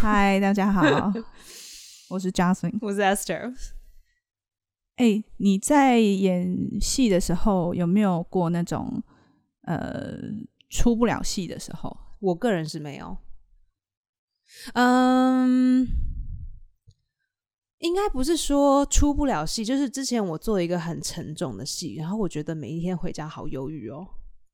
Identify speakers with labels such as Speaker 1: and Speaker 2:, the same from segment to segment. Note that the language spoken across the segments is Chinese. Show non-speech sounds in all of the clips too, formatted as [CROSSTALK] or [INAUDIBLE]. Speaker 1: 嗨，大
Speaker 2: [LAUGHS]
Speaker 1: 家好，我是 Jocelyn。
Speaker 2: 我是 Esther，
Speaker 1: 哎、你在演戏的时候有没有过那种呃出不了戏的时候？
Speaker 2: 我个人是没有。嗯，应该不是说出不了戏，就是之前我做一个很沉重的戏，然后我觉得每一天回家好忧郁哦，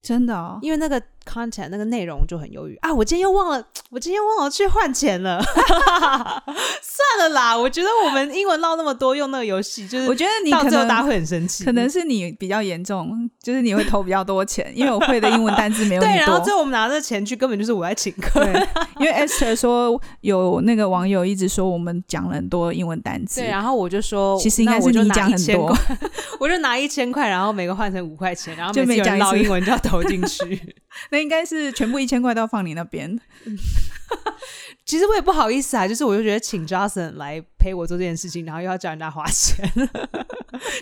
Speaker 1: 真的哦，
Speaker 2: 因为那个 content 那个内容就很忧郁啊。我今天又忘了，我今天忘了去换钱了， [LAUGHS] 算了啦。我觉得我们英文唠那么多，用那个游戏就是
Speaker 1: 我觉得你
Speaker 2: 到
Speaker 1: 可
Speaker 2: 最后大家
Speaker 1: 能
Speaker 2: 会很生气，
Speaker 1: 可能是你比较严重，就是你会投比较多
Speaker 2: [LAUGHS]
Speaker 1: 钱，因为我会的英文单字没有你
Speaker 2: 对。然后
Speaker 1: 多。
Speaker 2: 最后我们拿这钱去，根本就是我在请客。
Speaker 1: 对，因为 Esther 说有那个网友一直说我们讲了很多英文单词
Speaker 2: 对，，然后我就说，
Speaker 1: 其实应该是
Speaker 2: 那我就
Speaker 1: 你
Speaker 2: 拿
Speaker 1: 讲很
Speaker 2: 1000
Speaker 1: 多
Speaker 2: 块， [LAUGHS] 我就拿一千块，然后每个换成五块钱，然后
Speaker 1: 就每
Speaker 2: 每次有
Speaker 1: 讲
Speaker 2: 人
Speaker 1: 一
Speaker 2: 唠
Speaker 1: 次
Speaker 2: 英文就要投进去。
Speaker 1: [LAUGHS] 那应该是全部一千块都要放你那边。
Speaker 2: [LAUGHS] 其实我也不好意思啊，就是我就觉得请 Johnson 来陪我做这件事情，然后又要叫人家花 [LAUGHS] 钱。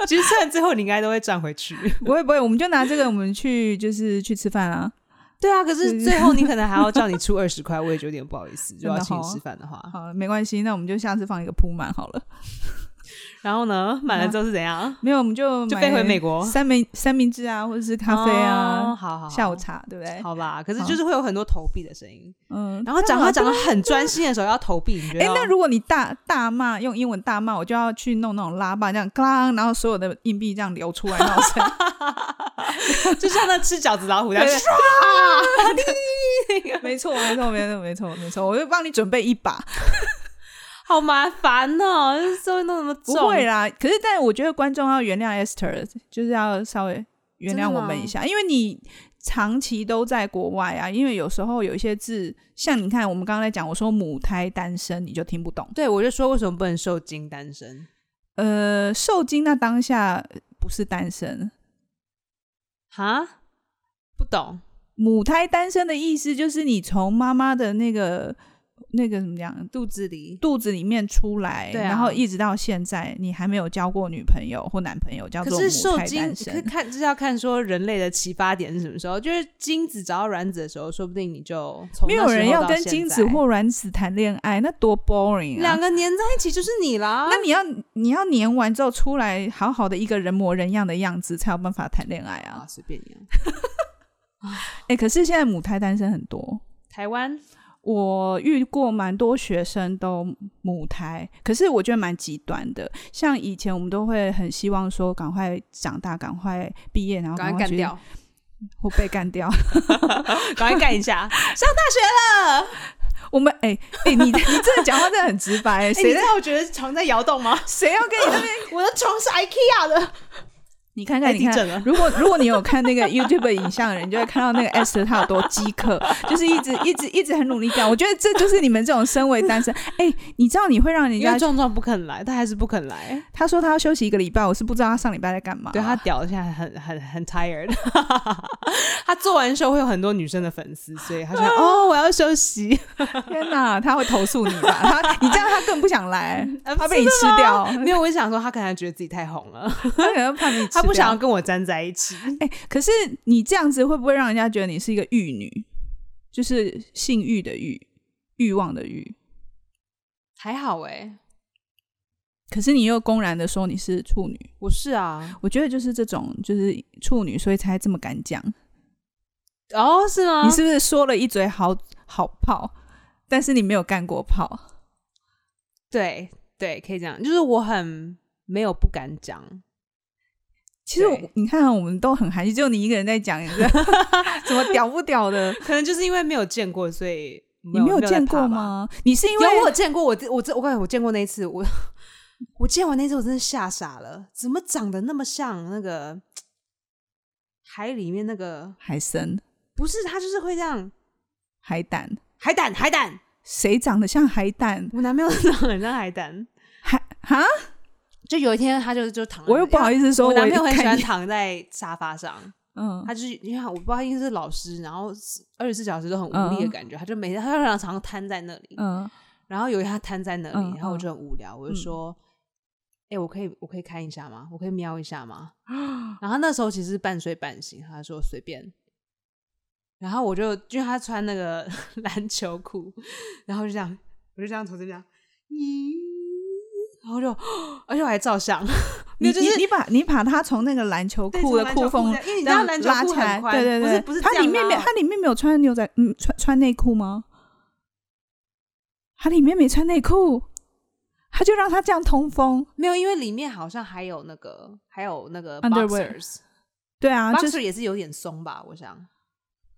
Speaker 2: 其实虽然最后你应该都会赚回去，
Speaker 1: 不会不会，我们就拿这个我们去就是去吃饭啊。
Speaker 2: 对啊，可是最后你可能还要叫你出二十块，我也觉得有点不好意思，就要
Speaker 1: 真的
Speaker 2: 请你
Speaker 1: 哦
Speaker 2: 吃饭的话。
Speaker 1: 好了，没关系，那我们就下次放一个铺满好了。
Speaker 2: 然后呢，买了之后是怎样？
Speaker 1: 没有，我们就
Speaker 2: 就
Speaker 1: 买
Speaker 2: 飞回美国
Speaker 1: 三明三明治啊，或者是咖啡
Speaker 2: 哦
Speaker 1: 啊，
Speaker 2: 好好好
Speaker 1: 下午。茶，对不对？
Speaker 2: 好啊吧，可是
Speaker 1: 好
Speaker 2: 就是会有很多投币的声音，
Speaker 1: 嗯，
Speaker 2: 然后讲话讲哦
Speaker 1: 哎、
Speaker 2: 的很专心的时候要投币，你觉得
Speaker 1: 诶
Speaker 2: 要？
Speaker 1: 那如果你大大骂用英文大骂，我就要去弄那种拉霸，这样啷，然后所有的硬币这样流出来那种
Speaker 2: [LAUGHS]
Speaker 1: 声音
Speaker 2: 就像那吃饺子老虎一样，
Speaker 1: 对
Speaker 2: 唰
Speaker 1: [LAUGHS]
Speaker 2: [LAUGHS]
Speaker 1: 没错，没错，没错，没错，没错，我就帮你准备一把。
Speaker 2: 好麻烦哦，就是社会弄那么
Speaker 1: 不
Speaker 2: 重，
Speaker 1: 会啦，可是但我觉得观众要原谅 Esther，就是要稍微原谅
Speaker 2: 真
Speaker 1: 我
Speaker 2: 的吗
Speaker 1: 们一下，因为你长期都在国外啊，因为有时候有一些字，像你看我们刚刚在讲，我说母胎单身，你就听不懂。
Speaker 2: 对我就说为什么不能受精单身？
Speaker 1: 呃，受精那当下不是单身，
Speaker 2: 哈，不懂
Speaker 1: 母胎单身的意思就是你从妈妈的那个那个怎么讲
Speaker 2: 肚子里
Speaker 1: 肚子里面出来，
Speaker 2: 对啊
Speaker 1: 然后一直到现在，你还没有交过女朋友或男朋友，叫
Speaker 2: 可
Speaker 1: 做
Speaker 2: 是
Speaker 1: 母
Speaker 2: 受
Speaker 1: 胎
Speaker 2: 精
Speaker 1: 单
Speaker 2: 可
Speaker 1: 身。
Speaker 2: 看，就是要看说人类的启发点是什么时候。就是精子找到卵子的时候，说不定你就从
Speaker 1: 没有人要跟精子或
Speaker 2: 或
Speaker 1: 卵子谈恋爱，那多 boring
Speaker 2: 两
Speaker 1: 啊！
Speaker 2: 个粘在一起就是你啦。
Speaker 1: 那你要你要粘完之后出来，好好的一个人模人样的样子，才有办法谈恋爱啊
Speaker 2: 啊，！随便你啊。
Speaker 1: 哎、可是现在母胎单身很多，
Speaker 2: 台湾
Speaker 1: 我遇过蛮多学生都母胎，可是我觉得蛮极端的。像以前我们都会很希望说，赶快长大，赶快毕业，然后
Speaker 2: 赶快
Speaker 1: 快
Speaker 2: 干
Speaker 1: 去
Speaker 2: 掉，
Speaker 1: 或被干掉。 [LAUGHS]
Speaker 2: 赶快干一下。
Speaker 1: 我们哎哎、你你这个讲话真的很直白、
Speaker 2: [LAUGHS]
Speaker 1: [LAUGHS]
Speaker 2: 哎
Speaker 1: 谁
Speaker 2: 你哎
Speaker 1: 在
Speaker 2: 知道我觉得床在摇动吗？ [LAUGHS]
Speaker 1: 谁要跟你那边？
Speaker 2: 我的床是 IKEA 的，
Speaker 1: 你看
Speaker 2: 太
Speaker 1: 看，你
Speaker 2: 地
Speaker 1: 看
Speaker 2: 震 [LAUGHS] 了。
Speaker 1: 如果如果你有看那个 YouTube 影像的人，你就会看到那个 Esther 她有多饥渴，就是一直一直一直很努力干。我觉得这就是你们这种身为单身， [LAUGHS] 哎、你知道你会让人
Speaker 2: 因为
Speaker 1: 家
Speaker 2: 壮壮不肯来，他还是不肯来。
Speaker 1: 他说他要休息一个礼拜，我是不知道他上礼拜在干嘛。
Speaker 2: 对他屌现在很很很 [LAUGHS] tired，他做完秀会有很多女生的粉丝，所以他想 [LAUGHS] 哦，我要休 [LAUGHS] 息。
Speaker 1: 天哪，他会投诉你吧？他你这样他更不想来，
Speaker 2: 呃
Speaker 1: 他被
Speaker 2: [LAUGHS]
Speaker 1: 你吃掉，
Speaker 2: 没有，我想说他可能觉得自己太红 [LAUGHS] 了，
Speaker 1: 他可能怕你吃掉
Speaker 2: 他不想要。跟我站在一起。
Speaker 1: 哎、可是你这样子会不会让人家觉得你是一个欲女？就是性欲的欲，欲望的欲。
Speaker 2: 还好哎、
Speaker 1: 可是你又公然的说你是处女。
Speaker 2: 我是啊，
Speaker 1: 我觉得就是这种，就是处女，所以才这么敢讲。
Speaker 2: 哦是吗？
Speaker 1: 你是不是说了一嘴好好炮，但是你没有干过炮？
Speaker 2: 对对，可以这样，就是我很没有不敢讲，
Speaker 1: 其实我
Speaker 2: 对
Speaker 1: 你看啊，我们都很含蓄，只有你一个人在讲，你知道 [LAUGHS] 怎么屌不屌的？
Speaker 2: 可能就是因为没有见过，所以
Speaker 1: 你没有
Speaker 2: 在
Speaker 1: 见过
Speaker 2: 怕吧？
Speaker 1: 吗？你是因为
Speaker 2: 有我有见过，我我这我告诉你，我见过那一次，我我见完那一次，我真的吓傻了，怎么长得那么像那个海里面那个？
Speaker 1: 海参、
Speaker 2: 不是，他就是会这样，
Speaker 1: 海胆，
Speaker 2: 海胆，海胆，
Speaker 1: 谁长得像海胆？
Speaker 2: 我男朋友长得很像海胆。
Speaker 1: 海哈，
Speaker 2: 就有一天，他就就躺在那，
Speaker 1: 我又不好
Speaker 2: 意
Speaker 1: 意思
Speaker 2: 思
Speaker 1: 说，
Speaker 2: 我男朋友很喜
Speaker 1: 看
Speaker 2: 欢
Speaker 1: 你
Speaker 2: 躺在沙发上，
Speaker 1: 嗯，
Speaker 2: 他就是因为他我不知道，应该是老师，然后二十四小时都很无力的
Speaker 1: 嗯
Speaker 2: 感觉，他就每天他就常常瘫在那里，
Speaker 1: 嗯，
Speaker 2: 然后有一天他瘫在那里，
Speaker 1: 嗯
Speaker 2: 然后我
Speaker 1: 嗯
Speaker 2: 就很无聊，我就说：“哎、我可以我可以看一下吗？我可以瞄一
Speaker 1: [GASPS]
Speaker 2: 下吗？”然后那时候其实是半睡半醒，他说随便。 [LAUGHS] 然后我就因为他穿那个篮球裤，然后就这样我就这样从这边这样，咦，然后就，而且我还照相，没有就
Speaker 1: 你
Speaker 2: 是
Speaker 1: 你把你把它从那个篮球
Speaker 2: 对
Speaker 1: 裤的
Speaker 2: 从篮
Speaker 1: 裤
Speaker 2: 球
Speaker 1: 缝
Speaker 2: 这样因为
Speaker 1: 这
Speaker 2: 你知道
Speaker 1: 样
Speaker 2: 篮球
Speaker 1: 拉
Speaker 2: 裤
Speaker 1: 起来，
Speaker 2: 很宽，
Speaker 1: 对对对，
Speaker 2: 不是不是
Speaker 1: 它
Speaker 2: 这样
Speaker 1: 里面没
Speaker 2: 拉哦
Speaker 1: 它里面没有穿牛仔，嗯，穿穿内裤吗？它里面没穿内裤，它就让它这样通风。
Speaker 2: 没有，因为里面好像还有那个还有那个
Speaker 1: Underwear
Speaker 2: boxers，
Speaker 1: 对啊，就是
Speaker 2: boxer 也是有点松吧，我想。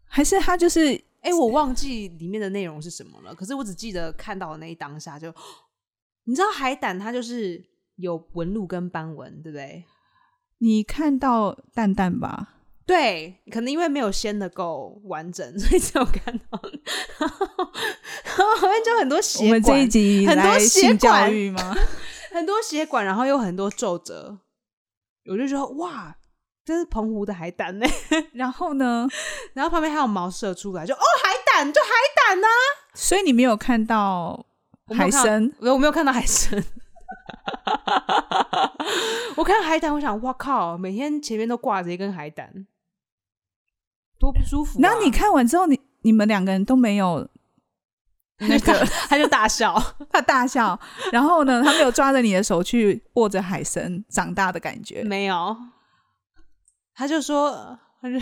Speaker 1: 还是它就是
Speaker 2: 哎、我忘记里面的内容是什么了，可是我只记得看到的那一当下就，你知道海胆它就是有纹路跟斑纹，对不对？
Speaker 1: 你看到蛋蛋吧？
Speaker 2: 对，可能因为没有掀的够完整，所以只有看到， [LAUGHS] 然后然后好像就很多血
Speaker 1: 我们
Speaker 2: 管，
Speaker 1: 这一集
Speaker 2: 很多
Speaker 1: 来
Speaker 2: 血
Speaker 1: 性教
Speaker 2: 管
Speaker 1: 育吗？ [LAUGHS]
Speaker 2: 很多血管，然后又很多皱褶，我就觉得哇，这是澎湖的海胆呢、 [LAUGHS]
Speaker 1: 然后呢？
Speaker 2: 然后旁边还有毛射出来，就哦，海胆，就海胆呐、
Speaker 1: 所以你没有看到
Speaker 2: 我没
Speaker 1: 海
Speaker 2: 有看到
Speaker 1: 参，
Speaker 2: 没有，我没有看到海参。
Speaker 1: [LAUGHS]
Speaker 2: 我看到海胆，我想，哇靠！每天前面都挂着一根海胆，多不舒服、啊。
Speaker 1: 然后你看完之后，你你们两个人都没
Speaker 2: [LAUGHS]
Speaker 1: 有那
Speaker 2: 他
Speaker 1: 个
Speaker 2: 就他就
Speaker 1: [LAUGHS]
Speaker 2: 大笑，
Speaker 1: 他大笑，然后呢，他没有抓着你的手去握着海参长大的感觉。
Speaker 2: 没有，他就说，他就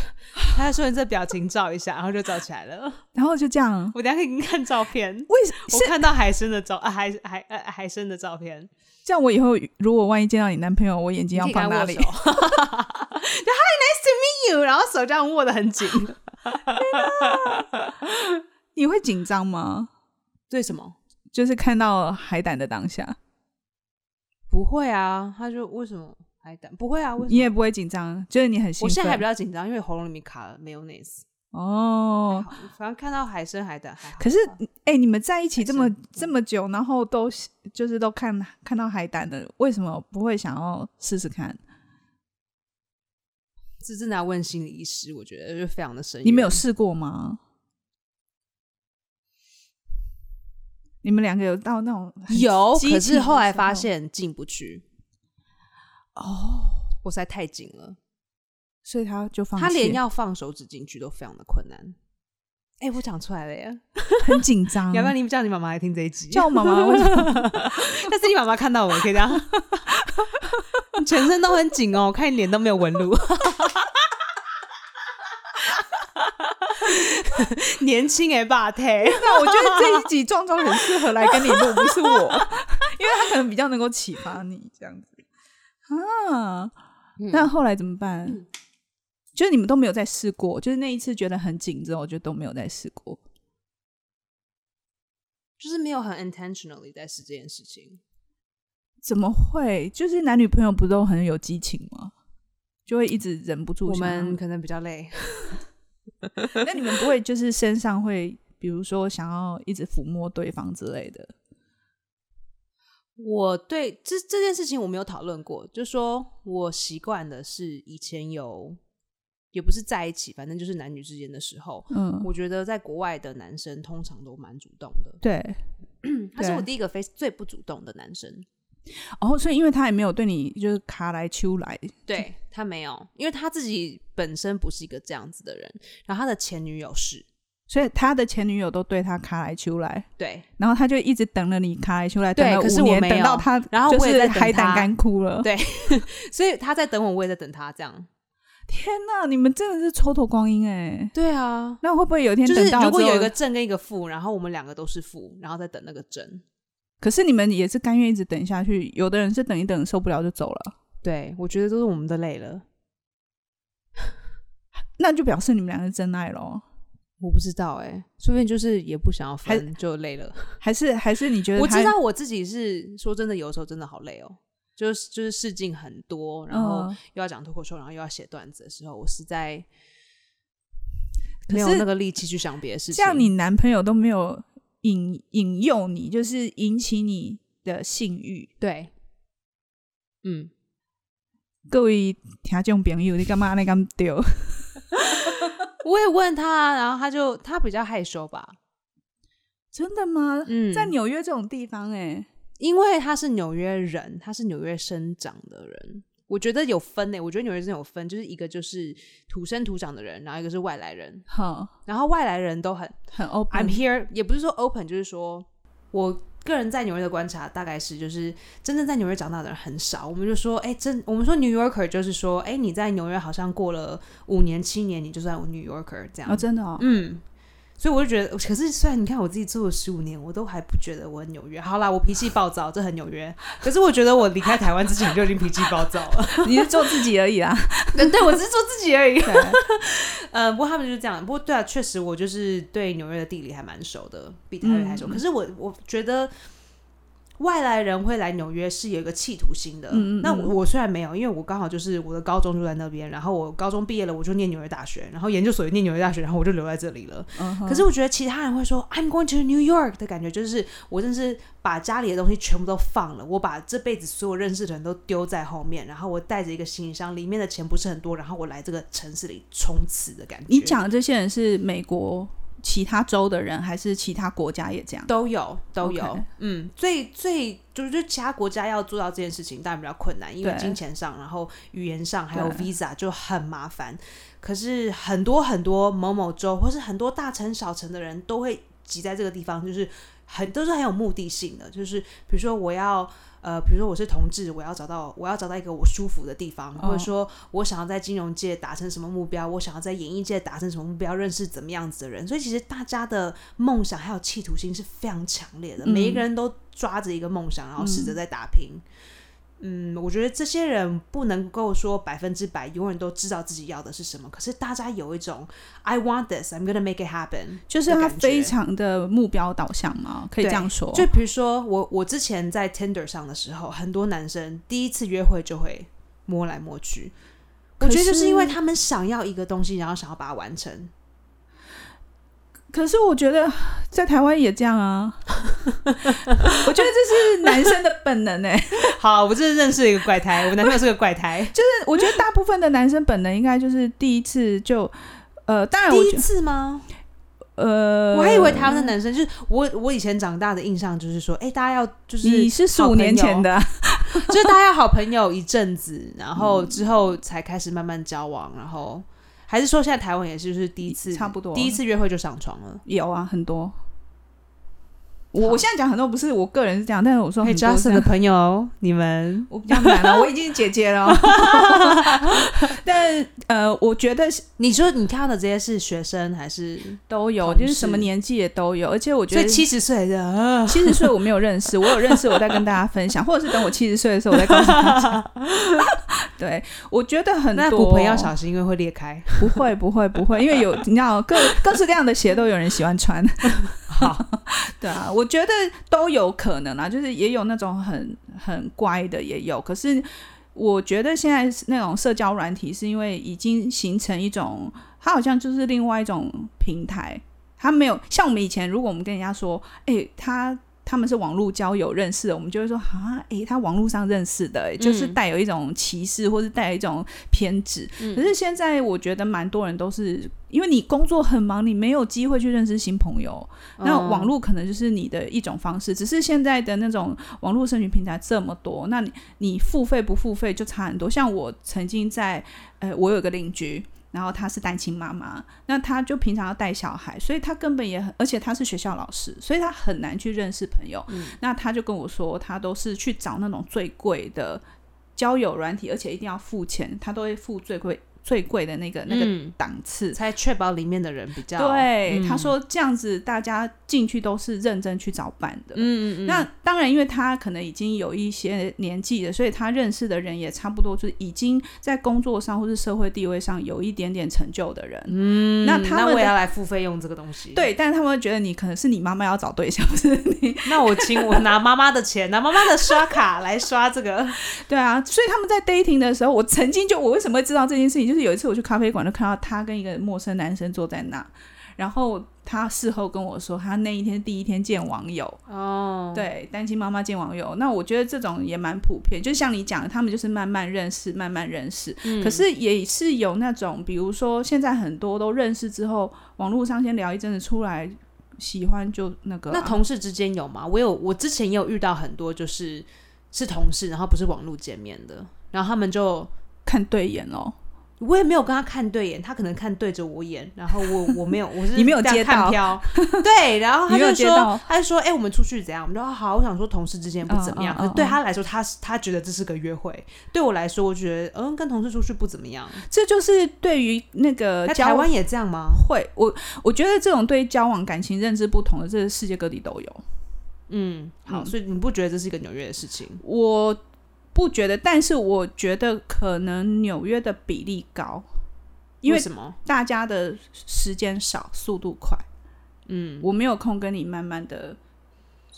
Speaker 2: 他就说你这表情照一下，然后就照起来了。
Speaker 1: 然后就这样，
Speaker 2: 我等一下给你看照片，
Speaker 1: 为什
Speaker 2: 我
Speaker 1: 是
Speaker 2: 看到海参的照，啊、海海呃海参的照片，
Speaker 1: 这样？我以后如果万一见到你男朋友，我眼睛要
Speaker 2: 你可以
Speaker 1: 放
Speaker 2: 跟
Speaker 1: 哪
Speaker 2: 他握
Speaker 1: 里
Speaker 2: [LAUGHS] 手？就 Hi, nice to meet you，然后手这样握的很
Speaker 1: [LAUGHS]
Speaker 2: 紧。
Speaker 1: [LAUGHS] 你会紧张吗？
Speaker 2: 对什么？
Speaker 1: 就是看到海胆的当下，
Speaker 2: 不会啊，他就为什么海胆？不会啊，为什
Speaker 1: 你
Speaker 2: 么？
Speaker 1: 也不会紧张，就是你很兴奋。
Speaker 2: 我现在还比较紧张，因为喉咙里面卡了 mayonnaise。
Speaker 1: 哦，
Speaker 2: 好反正看到海参、海胆还好。
Speaker 1: 可是哎、你们在一起这么
Speaker 2: 海参
Speaker 1: 这么久，然后都就是都看看到海胆的，为什么不会想要试试看？
Speaker 2: 这真的要问心理医师，我觉得就非常的深远。
Speaker 1: 你们有试过吗？你们两个有到那种很
Speaker 2: 有？
Speaker 1: 激
Speaker 2: 可
Speaker 1: 情
Speaker 2: 是
Speaker 1: 的
Speaker 2: 后来
Speaker 1: 时
Speaker 2: 发
Speaker 1: 候
Speaker 2: 现进不去，
Speaker 1: 哦，
Speaker 2: 我实在太紧了，
Speaker 1: 所以他就放弃，
Speaker 2: 他连要放手指进去都非常的困难。哎、我讲出来了耶！
Speaker 1: 很紧张， [LAUGHS]
Speaker 2: 要不然你叫你妈妈来听这一集？
Speaker 1: 嗯叫我妈妈为什么
Speaker 2: [LAUGHS] 但是你妈妈看到我可以这样， [LAUGHS] 你全身都很紧哦，我看你脸都没有纹路。 [LAUGHS] 年轻哎，爸
Speaker 1: [LAUGHS]
Speaker 2: 太
Speaker 1: 那我觉得这一集壮壮很适合来跟你录，不是
Speaker 2: [LAUGHS]
Speaker 1: 我，因为他可能比较能够启发你这样子啊。
Speaker 2: 嗯
Speaker 1: 那后来怎么办？就是你们都没有再试过，就是那一次觉得很紧之后，就都没有再试过。
Speaker 2: 就是没有很 intentionally 在试这件事情。
Speaker 1: 怎么会？就是男女朋友不都很有激情吗？就会一直忍不住
Speaker 2: 我
Speaker 1: 想啊要。
Speaker 2: 们可能比较累，
Speaker 1: 那你们不会就是身上会，比如说想要一直抚摸对方之类
Speaker 2: [LAUGHS]
Speaker 1: 的？
Speaker 2: 我对这这件事情我没有讨论过，就说我习惯的是以前有，也不是在一起，反正就是男女之间的时候，
Speaker 1: 嗯，
Speaker 2: 我觉得在国外的男生通常都蛮主动的，
Speaker 1: 对。
Speaker 2: 他是
Speaker 1: 对
Speaker 2: 我第一个非最不主动的男生。
Speaker 1: 哦，所以因为他也没有对你就是卡来秋来，
Speaker 2: 对他没有，因为他自己本身不是一个这样子的人，然后他的前女友是，
Speaker 1: 所以他的前女友都对他卡来秋来，
Speaker 2: 对
Speaker 1: 然后他就一直等了你卡来秋来，
Speaker 2: 对
Speaker 1: 等了
Speaker 2: 可是
Speaker 1: 五
Speaker 2: 我
Speaker 1: 年，
Speaker 2: 没有
Speaker 1: 等到他
Speaker 2: 然后
Speaker 1: 就
Speaker 2: 我也
Speaker 1: 是
Speaker 2: 在等
Speaker 1: 海胆
Speaker 2: 他
Speaker 1: 干枯了。
Speaker 2: 对所以他在等我，我也在等他，这样。
Speaker 1: 天哪，你们真的是蹉跎光阴哎！
Speaker 2: 对啊，
Speaker 1: 那会不会有一天
Speaker 2: 就是
Speaker 1: 等到
Speaker 2: 如果
Speaker 1: 之后
Speaker 2: 有一个，正跟一个负，然后我们两个都是负，然后再等那个正。
Speaker 1: 可是你们也是甘愿一直等下去，有的人是等一等受不了就走了。
Speaker 2: 对，我觉得都是我们的累了。
Speaker 1: 那就表示你们俩是真爱喽？
Speaker 2: 我不知道哎、说不定就是也不想要分，就累了。
Speaker 1: 还是还是你觉得
Speaker 2: 我
Speaker 1: 他哦
Speaker 2: 知道我自己是说真的，有时候真的好累哦，就是就是事情很多，然后
Speaker 1: 嗯
Speaker 2: 又要讲脱口秀，然后又要写段子的时候，我实在
Speaker 1: 可
Speaker 2: 没有
Speaker 1: 是
Speaker 2: 那个力气去想别的事情。
Speaker 1: 像你男朋友都没有引引诱你，就是引起你的性欲。
Speaker 2: 对，嗯，
Speaker 1: 各位听众朋友，你干嘛那干丢？
Speaker 2: 我也问他，然后他就他比较害羞吧，
Speaker 1: 真的吗？
Speaker 2: 嗯，
Speaker 1: 在纽约这种地方、哎，
Speaker 2: 因为他是纽约人，他是纽约生长的人。我觉得有分欸诶、我觉得纽约真的有分，就是一个就是土生土长的人，然后一个是外来人，
Speaker 1: 好，
Speaker 2: 然后外来人都很
Speaker 1: 很
Speaker 2: I'm
Speaker 1: open。
Speaker 2: here，也不是说 open，就是说我个人在纽约的观察大概是，就是真正在纽约长大的人很少。我们就说，哎、真我们说 New Yorker 就是说，哎、你在纽约好像过了五年七年，你就算 New Yorker 这样
Speaker 1: 哦，真的哦， [LAUGHS]
Speaker 2: 嗯，所以我就觉得，可是虽然你看我自己住了十五年，我都还不觉得我很纽约。好啦，我脾气暴躁，这很纽约。可是我觉得我离开台湾之前就已经脾气暴躁了。
Speaker 1: 你是做自己而已啊
Speaker 2: [LAUGHS]
Speaker 1: 啦。
Speaker 2: 对，我只是做自己而 [LAUGHS] 已。
Speaker 1: 对，
Speaker 2: 呃，不过他们就是这样。不过对啊，确实我就是对纽约的地理还蛮熟的，比台北还熟。
Speaker 1: 嗯
Speaker 2: 可是我我觉得外来人会来纽约是有一个企图心的。
Speaker 1: 嗯嗯
Speaker 2: 那我
Speaker 1: 嗯
Speaker 2: 我虽然没有，因为我刚好就是我的高中就在那边，然后我高中毕业了我就念纽约大学，然后研究所也念纽约大学，然后我就留在这里了。
Speaker 1: 嗯哼
Speaker 2: 可是我觉得其他人会说 I'm going to New York 的感觉，就是我真是把家里的东西全部都放了，我把这辈子所有认识的人都丢在后面，然后我带着一个行李箱，里面的钱不是很多，然后我来这个城市里冲刺的感觉。
Speaker 1: 你讲的这些人是美国其他州的人，还是其他国家也这样？
Speaker 2: 都有都有
Speaker 1: OK
Speaker 2: 嗯，最最就是就其他国家要做到这件事情，当然比较困难，因为
Speaker 1: 对
Speaker 2: 金钱上，然后语言上，还有
Speaker 1: 对
Speaker 2: visa 就很麻烦。可是很多很多某某州，或是很多大城小城的人都会挤在这个地方，就是很都是很有目的性的，就是比如说我要。呃，比如说我是同志，我要找到我要找到一个我舒服的地方，
Speaker 1: 哦
Speaker 2: 或者说我想要在金融界达成什么目标，我想要在演艺界达成什么目标，认识怎么样子的人。所以其实大家的梦想还有企图心是非常强烈的，
Speaker 1: 嗯
Speaker 2: 每一个人都抓着一个梦想，然后试着在打拼。嗯，我觉得这些人不能够说百分之百永远都知道自己要的是什么，可是大家有一种 I want this, I'm gonna make it happen。
Speaker 1: 就是他
Speaker 2: 的感觉
Speaker 1: 非常的目标导向嘛，可以这
Speaker 2: 对
Speaker 1: 样说。
Speaker 2: 就比如说我，我之前在 Tinder 上的时候，很多男生第一次约会就会摸来摸去，我觉得就
Speaker 1: 可
Speaker 2: 是因为他们想要一个东西，然后想要把它完成。
Speaker 1: 可是我觉得 [SIGHS] 在台湾也这样啊， [LAUGHS] 我觉得这是男生的本能哎、 [LAUGHS]
Speaker 2: 好，我这认识一个怪胎，我男朋友是个怪胎，就
Speaker 1: 我觉得大部分的男生本能应该就是第一次就，呃，当然我
Speaker 2: 第一
Speaker 1: 觉
Speaker 2: 次吗？
Speaker 1: 呃，
Speaker 2: 我还以为台湾的男生就是我，我以前长大的印象就是说，哎、大家要就是
Speaker 1: 你是十五年前的啊、
Speaker 2: [LAUGHS] 就是大家好朋友一阵子，然后之后才开始慢慢交往，然后还是说现在台湾也是就是第一次
Speaker 1: 差不多
Speaker 2: 第一次约会就上床了。
Speaker 1: 有啊，很多。
Speaker 2: 好
Speaker 1: 我我现在讲很多不是我个人是这样，但是我说
Speaker 2: 嘿
Speaker 1: 很多是这
Speaker 2: 哎
Speaker 1: 样
Speaker 2: ，Justin 的朋友，你们
Speaker 1: 我比较难啊了，我已经是姐姐了。 [LAUGHS] 但呃，我觉得是
Speaker 2: 你说你看到的这些是学生还是？
Speaker 1: 都有，
Speaker 2: 同事
Speaker 1: 就是什么年纪也都有，而且我觉
Speaker 2: 所以
Speaker 1: 得。
Speaker 2: 七十岁的啊，
Speaker 1: 七十岁我没有认识，我有认识，我再跟大家分
Speaker 2: [LAUGHS]
Speaker 1: 享，或者是等我七十岁的时候我再告诉大家。对，我觉得很多
Speaker 2: 那骨盆要小心，因为会裂开。
Speaker 1: 不会不会不会，因为有你知道各各式各样的鞋都有人喜欢穿。
Speaker 2: [LAUGHS] 好，
Speaker 1: [LAUGHS] 对啊，我觉得都有可能啊，就是也有那种很很乖的也有，可是我觉得现在是那种社交软体是因为已经形成一种，它好像就是另外一种平台，它没有像我们以前，如果我们跟人家说，哎、他。他们是网络交友认识的，我们就会说啊，诶、他网络上认识的、诶就是带有一种歧视，或是带有一种偏执。可是现在我觉得蛮多人都是因为你工作很忙，你没有机会去认识新朋友，那
Speaker 2: 嗯
Speaker 1: 网络可能就是你的一种方式，只是现在的那种网络社群平台这么多，那你你付费不付费就差很多。像我曾经在，呃，我有个邻居，然后她是单亲妈妈，那她就平常要带小孩，所以她根本也很，而且她是学校老师，所以她很难去认识朋友。
Speaker 2: 嗯
Speaker 1: 那她就跟我说，她都是去找那种最贵的交友软体，而且一定要付钱，她都会付最贵最贵的那个那个
Speaker 2: 嗯
Speaker 1: 档次。
Speaker 2: 才确保里面的人比较
Speaker 1: 对，
Speaker 2: 嗯
Speaker 1: 他说这样子大家进去都是认真去找伴的。
Speaker 2: 嗯嗯嗯，
Speaker 1: 那当然，因为他可能已经有一些年纪了，所以他认识的人也差不多，就是已经在工作上或是社会地位上有一点点成就的人。嗯，那
Speaker 2: 嗯
Speaker 1: 他们
Speaker 2: 我也要
Speaker 1: 的
Speaker 2: 来付费用这个东西。，
Speaker 1: 对，但是他们会觉得你可能是你妈妈要找对象，不是你。
Speaker 2: 那我请我拿妈妈的钱，拿妈妈的刷卡来刷这个。
Speaker 1: 对啊，所以他们在 dating 的时候，我曾经就我为什么会知道这件事情，就是有一次我去咖啡馆就看到他跟一个陌生男生坐在那，然后他事后跟我说，他那一天第一天见网友。
Speaker 2: 哦，
Speaker 1: 对，单亲妈妈见网友，那我觉得这种也蛮普遍，就像你讲的，他们就是慢慢认识，慢慢认识。
Speaker 2: 嗯
Speaker 1: 可是也是有那种，比如说现在很多都认识之后，网络上先聊一阵子，出来喜欢就那个啊、
Speaker 2: [LAUGHS] 那同事之间有吗？我有，我之前也有遇到很多，就是是同事，然后不是网络见面的，然后他们就
Speaker 1: 看对眼哦。
Speaker 2: 我也没有跟他看对眼，他可能看对着我眼，然后我我没有，我 [LAUGHS] 是
Speaker 1: 你没有
Speaker 2: 这样
Speaker 1: 接
Speaker 2: 看
Speaker 1: 到
Speaker 2: 飘，对，然哦后他
Speaker 1: 你没有
Speaker 2: 就
Speaker 1: 接
Speaker 2: 说
Speaker 1: 到，
Speaker 2: 他就说，哎、我们出去怎样？我们说好，我想说同事之间不怎么样，
Speaker 1: 嗯嗯
Speaker 2: 可是
Speaker 1: 嗯
Speaker 2: 对
Speaker 1: 嗯
Speaker 2: 他来说，他是他觉得这是个约会，对我来说，我觉得嗯，跟同事出去不怎么样。
Speaker 1: 这就是对于那个
Speaker 2: 那
Speaker 1: 呃交
Speaker 2: 台湾也这样吗？
Speaker 1: 会，我我觉得这种对交往感情认知不同的，这是世界各地都有。
Speaker 2: 嗯，好，
Speaker 1: 嗯
Speaker 2: 所以你不觉得这是一个纽约的事情？
Speaker 1: 我不觉得，但是我觉得可能纽约的比例高，因为
Speaker 2: 什么？
Speaker 1: 大家的时间少，速度快。
Speaker 2: 嗯，
Speaker 1: 我没有空跟你慢慢的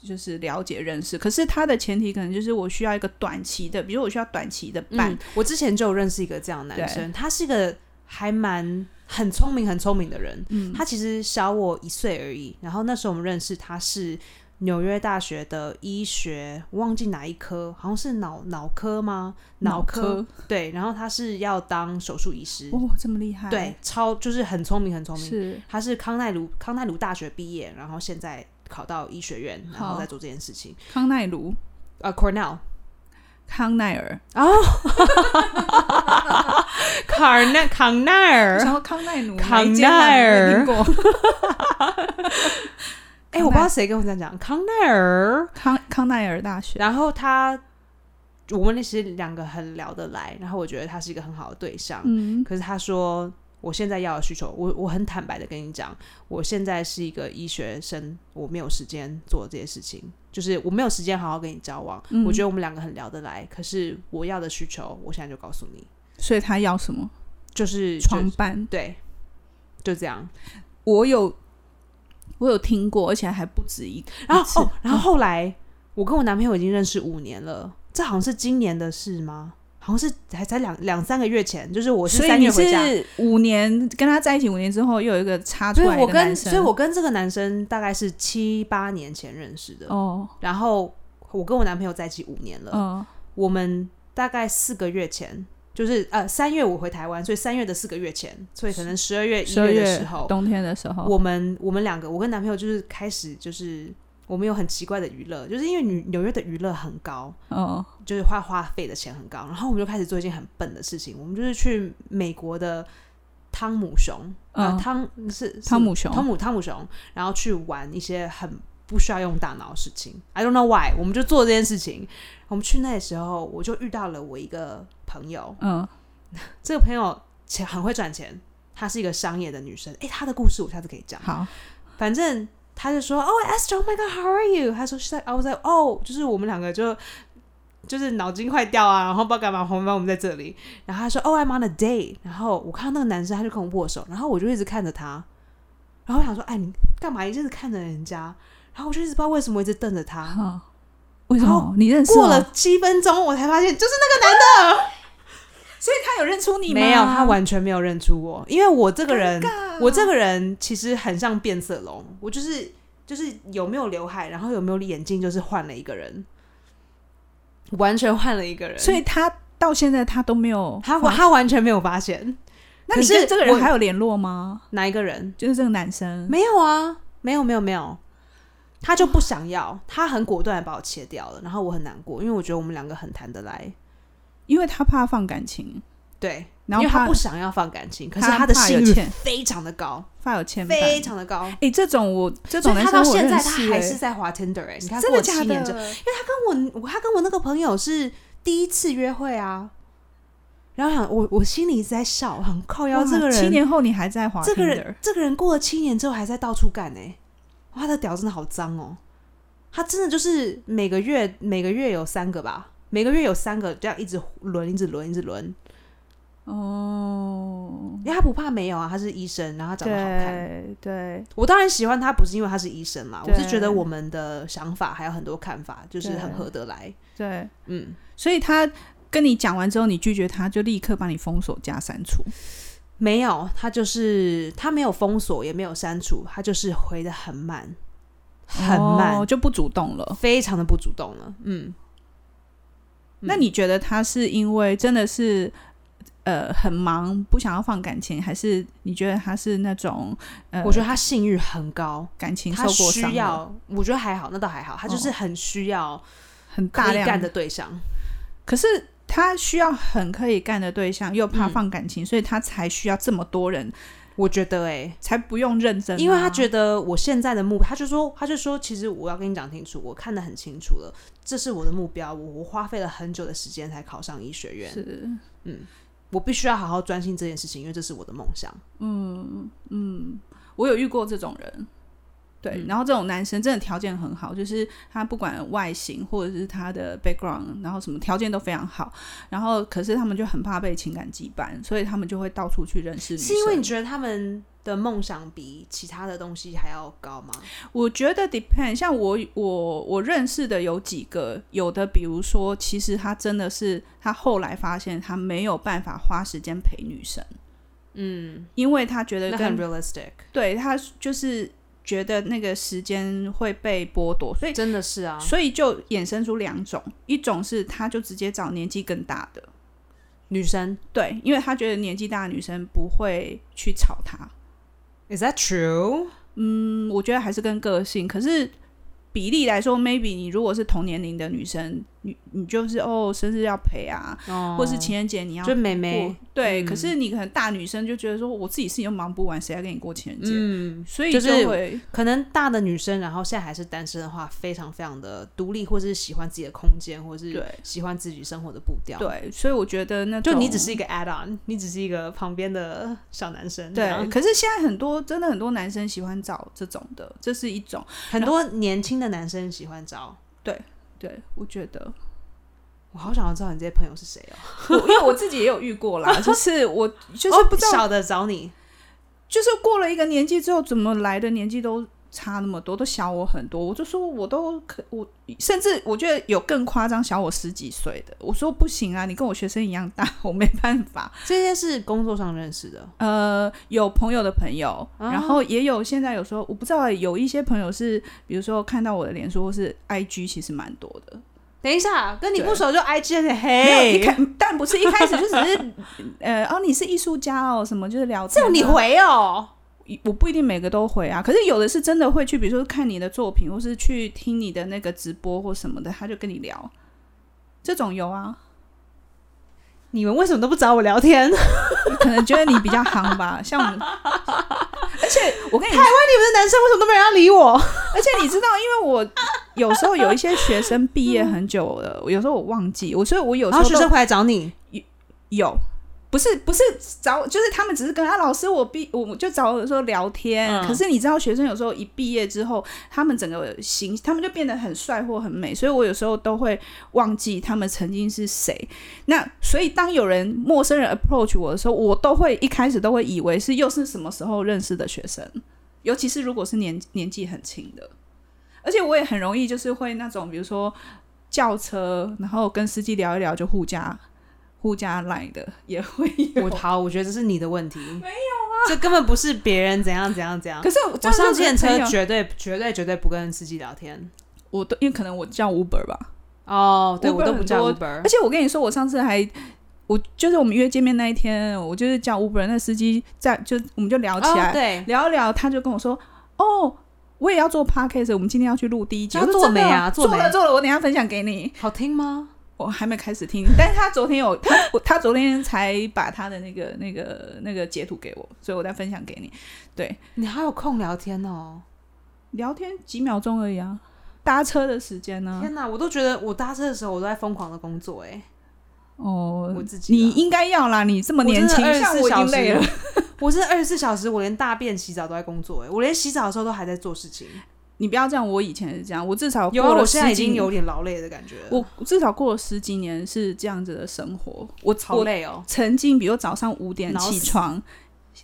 Speaker 1: 就是了解认识。可是它的前提可能就是我需要一个短期的，比如我需要短期的伴，
Speaker 2: 嗯，我之前就有认识一个这样的男
Speaker 1: 对
Speaker 2: 生，他是一个还蛮很聪明、很聪明的人。
Speaker 1: 嗯，
Speaker 2: 他其实小我一岁而已。然后那时候我们认识，他是纽约大学的医学，我忘记哪一科，好像是脑脑科吗？脑科
Speaker 1: 科
Speaker 2: 对。然后他是要当手术医师，
Speaker 1: 哦，这么厉害，
Speaker 2: 对，，超就是很聪明，很聪明。
Speaker 1: 是
Speaker 2: 他是康奈卢康奈卢大学毕业，然后现在考到医学院，然后
Speaker 1: 好
Speaker 2: 在做这件事情。
Speaker 1: 康奈卢。
Speaker 2: 呃，Cornell， [LAUGHS]
Speaker 1: 康奈尔，
Speaker 2: 康奈康奈尔，
Speaker 1: 然后康奈卢，
Speaker 2: 康
Speaker 1: 哪一间啊
Speaker 2: 奈尔
Speaker 1: 没听过
Speaker 2: 哎、我不知道谁跟我这样讲，康奈尔。
Speaker 1: 康康奈尔大学，
Speaker 2: 然后他，我们那时两个很聊得来，然后我觉得他是一个很好的对象。
Speaker 1: 嗯，
Speaker 2: 可是他说，我现在要的需求，我我很坦白的跟你讲，我现在是一个医学生，我没有时间做这些事情，就是我没有时间好好跟你交往。
Speaker 1: 嗯
Speaker 2: 我觉得我们两个很聊得来，可是我要的需求，我现在就告诉你，
Speaker 1: 所以他要什么
Speaker 2: 就是
Speaker 1: 床
Speaker 2: 就
Speaker 1: 伴？
Speaker 2: 对，就这样。
Speaker 1: 我有我有听过，而且还不止一，
Speaker 2: 然
Speaker 1: 一次
Speaker 2: 后哦，然后后来我跟我男朋友已经认识五年了，这好像是今年的事吗？好像是还才两两三个月前，就是我是
Speaker 1: 所以
Speaker 2: 三
Speaker 1: 你
Speaker 2: 月回家。
Speaker 1: 是五年跟他在一起五年之后，又有一个插出
Speaker 2: 所以
Speaker 1: 来
Speaker 2: 我
Speaker 1: 的
Speaker 2: 跟
Speaker 1: 男生，
Speaker 2: 所以我跟这个男生大概是七八年前认识的，
Speaker 1: 哦，
Speaker 2: 然后我跟我男朋友在一起五年了，
Speaker 1: 嗯，
Speaker 2: 我们大概四个月前，就是呃三月我回台湾，所以三月的四个月前，所以可能十二月一
Speaker 1: 十二
Speaker 2: 月
Speaker 1: 月
Speaker 2: 的时候，
Speaker 1: 冬天的时候，
Speaker 2: 我们我们两个，我跟男朋友就是开始就是我们有很奇怪的娱乐，就是因为纽纽约的娱乐很高，
Speaker 1: 哦，
Speaker 2: 就是花花费的钱很高，然后我们就开始做一件很笨的事情，我们就是去美国的汤姆熊，呃，
Speaker 1: 嗯
Speaker 2: 汤是是
Speaker 1: 汤姆熊
Speaker 2: 汤姆汤姆熊，然后去玩一些很不需要用大脑的事情。I don't know why，我们就做这件事情。我们去那时候，我就遇到了我一个朋友，
Speaker 1: 嗯，
Speaker 2: 这个朋友钱很会赚钱，她是一个商业的女生。诶，她的故事我下次可以讲。
Speaker 1: 好，
Speaker 2: 反正他就说，哦、a s t r o oh my god，how are you？他说 she's like，I was like，哦，就是我们两个就就是脑筋坏掉啊，然后不知道干嘛，红包我们在这里。然后他说，oh I'm on a date。然后我看到那个男生，他就跟我握手，然后我就一直看着他，然后我想说，哎，你干嘛一直看着人家？然后我就一直不知道为什么一直瞪着他。
Speaker 1: 好，嗯为什
Speaker 2: 然后
Speaker 1: 么你认识
Speaker 2: 啊过
Speaker 1: 哦
Speaker 2: 了？七分钟，我才发现就是
Speaker 1: 所以他有认出你吗？
Speaker 2: 没有，他完全没有认出我，因为我这个人
Speaker 1: 尴尬
Speaker 2: 我这个人其实很像变色龙，我就是就是有没有刘海，然后有没有眼镜，就是换了一个人，完全换了一个人。
Speaker 1: 所以他到现在他都没有
Speaker 2: 他
Speaker 1: 发，
Speaker 2: 他完全没有发现
Speaker 1: 那你
Speaker 2: 可是
Speaker 1: 跟这个
Speaker 2: 我
Speaker 1: 人还有联络吗？
Speaker 2: 哪一个人
Speaker 1: 就是这个男生，
Speaker 2: 没有啊，没有没有没有，他就不想要，他很果断的把我切掉了，然后我很难过，因为我觉得我们两个很谈得来，
Speaker 1: 因为他怕放感情，
Speaker 2: 对，
Speaker 1: 然后
Speaker 2: 因为他
Speaker 1: 怕
Speaker 2: 不想要放感情，可是
Speaker 1: 他
Speaker 2: 他的
Speaker 1: 怕
Speaker 2: 性
Speaker 1: 有
Speaker 2: 欲
Speaker 1: 欠
Speaker 2: 非常的高，
Speaker 1: 怕有牵绊。
Speaker 2: 非常的高。
Speaker 1: 哎，这种我这
Speaker 2: 所
Speaker 1: 种男
Speaker 2: 以他
Speaker 1: 生
Speaker 2: 到
Speaker 1: 我
Speaker 2: 现在
Speaker 1: 认
Speaker 2: 他
Speaker 1: 识
Speaker 2: 还
Speaker 1: 哎
Speaker 2: 是在滑 Tinder 哎、你看
Speaker 1: 真
Speaker 2: 过
Speaker 1: 的
Speaker 2: 七
Speaker 1: 假
Speaker 2: 年之后
Speaker 1: 的？
Speaker 2: 跟我我他跟我那个朋友是第一次约会啊，然后想我我心里一直在笑，很靠腰
Speaker 1: 哇
Speaker 2: 啊这个人，
Speaker 1: 七年后你还在滑
Speaker 2: 这个
Speaker 1: Tinder
Speaker 2: 人这个人过了七年之后还在到处干呢、欸哇，他的屌真的好脏哦，他真的就是每个月每个月有三个吧，每个月有三个这样一直轮一直轮一直轮，
Speaker 1: 哦，
Speaker 2: 因为他不怕没有啊，他是医生，然后他长得好看。
Speaker 1: 对对，
Speaker 2: 我当然喜欢他，不是因为他是医生嘛，我是
Speaker 1: 对
Speaker 2: 觉得我们的想法还有很多看法，就是很
Speaker 1: 对
Speaker 2: 合得来。
Speaker 1: 对，
Speaker 2: 嗯，
Speaker 1: 所以他跟你讲完之后，你拒绝他，就立刻把你封锁加删除。
Speaker 2: 没有，他就是他没有封锁，也没有删除，他就是回的很慢，很慢，
Speaker 1: 哦、就不主动了。
Speaker 2: 非常的不主动了。嗯，
Speaker 1: 那你觉得他是因为真的是呃很忙，不想要放感情，还是你觉得他是那种呃，
Speaker 2: 我觉得他性欲很高，
Speaker 1: 感情受
Speaker 2: 他
Speaker 1: 过伤
Speaker 2: 需
Speaker 1: 了，
Speaker 2: 要，我觉得还好，那倒还好，他就是很需要
Speaker 1: 很
Speaker 2: 可
Speaker 1: 大
Speaker 2: 以干
Speaker 1: 量
Speaker 2: 的？对象。
Speaker 1: 可是他需要很可以干的对象，又
Speaker 2: 嗯
Speaker 1: 怕放感情，所以他才需要这么多人，
Speaker 2: 我觉得哎、
Speaker 1: 才不用认真啊、
Speaker 2: 因为他觉得我现在的目标，他就说，他就说，其实我要跟你讲清楚，我看得很清楚了，这是我的目标，我我花费了很久的时间才考上医学院，
Speaker 1: 是
Speaker 2: 我必须要好好专心这件事情，因为这是我的梦想。
Speaker 1: 嗯我有遇过这种人，对，
Speaker 2: 嗯
Speaker 1: 然后这种男生真的条件很好，就是他不管外形或者是他的 background，然后什么条件都非常好，然后可是他们就很怕被情感羁绊，所以他们就会到处去认识女生。
Speaker 2: 是因为你觉得他们的梦想比其他的东西还要高吗？
Speaker 1: 我觉得 depend，像我我我认识的有几个，有的比如说，其实他真的是他后来发现他没有办法花时间陪女生，嗯，因为他觉得
Speaker 2: 那很
Speaker 1: 跟
Speaker 2: realistic，
Speaker 1: 对他就是觉得那个时间会被剥夺，所以
Speaker 2: 真的是啊，
Speaker 1: 所以就衍生出两种，一种是他就直接找年纪更大的，
Speaker 2: 女生
Speaker 1: 对，因为他觉得年纪大的女生不会去吵他，
Speaker 2: is that true？
Speaker 1: 嗯，我觉得还是跟个性，可是比例来说，maybe 你如果是同年龄的女生，你你就是哦，生日要陪啊，
Speaker 2: 哦
Speaker 1: 或是情人节你要
Speaker 2: 就妹
Speaker 1: 过
Speaker 2: 妹，，
Speaker 1: 对。
Speaker 2: 嗯
Speaker 1: 可是你可能大女生就觉得说，我自己事情又忙不完，谁来跟你过情人节？
Speaker 2: 嗯，
Speaker 1: 所以
Speaker 2: 就
Speaker 1: 就是会
Speaker 2: 可能大的女生，然后现在还是单身的话，非常非常的独立，或是喜欢自己的空间，或是
Speaker 1: 对
Speaker 2: 喜欢自己生活的步调。，
Speaker 1: 对，所以我觉得那
Speaker 2: 哦就
Speaker 1: 种
Speaker 2: 你只是一个 add on，你只是一个旁边的小男生。这
Speaker 1: 对。
Speaker 2: 样
Speaker 1: 可是现在很多真的很多男生喜欢找这种的，这是一种
Speaker 2: 很多年轻的男生喜欢找。
Speaker 1: 对，我觉得。 [LAUGHS]
Speaker 2: 我好想要知道你这些朋友是谁哦，哦
Speaker 1: 我因为我自己也有遇过啦，就是我就是不知道，
Speaker 2: 小的找你，
Speaker 1: 就是过了一个年纪之后，怎么来的年纪都差那么多，都小我很多。我就说我都可我，甚至我觉得有更夸张，小我十几岁的，我说不行啊，你跟我学生一样大，我没办法。 [LAUGHS]
Speaker 2: 这些是工作上认识的。
Speaker 1: 呃，有朋友的朋友，
Speaker 2: 啊
Speaker 1: 然后也有现在有时候我不知道有一些朋友是，比如说看到我的脸书或是 IG，其实蛮多的。
Speaker 2: 等一下，跟你
Speaker 1: 对
Speaker 2: 不熟就 I G
Speaker 1: 没有
Speaker 2: 嘿，
Speaker 1: 一开，但不是一开始就只是呃哦，你是艺术家哦，什么就是聊
Speaker 2: 这
Speaker 1: 天啊、
Speaker 2: 样你回哦。
Speaker 1: 我不一定每个都回啊，可是有的是真的会去，比如说看你的作品，或是去听你的那个直播或什么的，他就跟你聊。这种有啊，
Speaker 2: 你们为什么都不找我聊天？
Speaker 1: 可能觉得你比较夯吧，像我们，而且我跟你，
Speaker 2: 你们的男生为什么都没有人要理我？
Speaker 1: 而且你知道，因为我有时候有一些学生毕业很久了，有时候我忘记，我所以我有时
Speaker 2: 然
Speaker 1: 候
Speaker 2: 哦后学
Speaker 1: 都
Speaker 2: 生回来找你，
Speaker 1: 有，不是不是找，就是他们只是跟啊老师我毕我就找我说聊天、
Speaker 2: 嗯
Speaker 1: 可是你知道学生有时候一毕业之后，他们整个形他们就变得很帅或很美，所以我有时候都会忘记他们曾经是谁。那所以当有人陌生人 approach 我的时候，我都会一开始都会以为是又是什么时候认识的学生，尤其是如果是年年纪很轻的，而且我也很容易就是会那种比如说。叫车，然后跟司机聊一聊就互加互加来的也会有。
Speaker 2: 我好，我觉得这是你的问题，没有啊，这根本不是别人怎样怎样怎样
Speaker 1: 可。是
Speaker 2: 我上电
Speaker 1: 车
Speaker 2: 车绝对绝对绝对不跟司机聊天。
Speaker 1: 我都因为可能我叫 Uber 吧，
Speaker 2: 哦，对
Speaker 1: Uber
Speaker 2: 我都不
Speaker 1: 很
Speaker 2: 叫
Speaker 1: 多
Speaker 2: Uber
Speaker 1: 而。且我跟你说，我上次还我就是我们约见面那一天，我就是叫 Uber，那司机在就我们就聊起来，
Speaker 2: 哦，对，
Speaker 1: 聊一聊，他就跟我说，哦。我也要做 podcast，我们今天要去录第一集。
Speaker 2: 要
Speaker 1: 我说
Speaker 2: 做没
Speaker 1: 真的
Speaker 2: 啊
Speaker 1: 做
Speaker 2: 做没
Speaker 1: 了做了，我等一下分享给你。
Speaker 2: 好听吗？
Speaker 1: 我还没开始听，但是他昨天有他我他昨天才把他的那个那个那个截图给我，所以我再分享给你。
Speaker 2: 你还有空聊天哦？
Speaker 1: 聊天几秒钟而已啊，搭车的时间呢、
Speaker 2: 天哪，我都觉得我搭车的时候我都在疯狂的工作哎，
Speaker 1: 哦，
Speaker 2: 我自己啊
Speaker 1: 你应该要啦，你这么
Speaker 2: 我真
Speaker 1: 年
Speaker 2: 的
Speaker 1: 轻，
Speaker 2: 24
Speaker 1: 像我已
Speaker 2: 小
Speaker 1: 经
Speaker 2: 时
Speaker 1: 累了。
Speaker 2: 我真的二十四小时，我连大便、洗澡都在工作哎，我连洗澡的时候都还在做事情。
Speaker 1: [LAUGHS] 你不要这样，我以前是这样，我至少
Speaker 2: 有
Speaker 1: 过
Speaker 2: 啊，
Speaker 1: 了
Speaker 2: 我现在
Speaker 1: 十
Speaker 2: 已
Speaker 1: 几
Speaker 2: 经有
Speaker 1: 年，
Speaker 2: 点劳累的感觉了，
Speaker 1: 我至少过了十几年是这样子的生活。啊我
Speaker 2: 好
Speaker 1: 我
Speaker 2: 累哦。
Speaker 1: 曾经，比如早上五点
Speaker 2: 脑死
Speaker 1: 起床。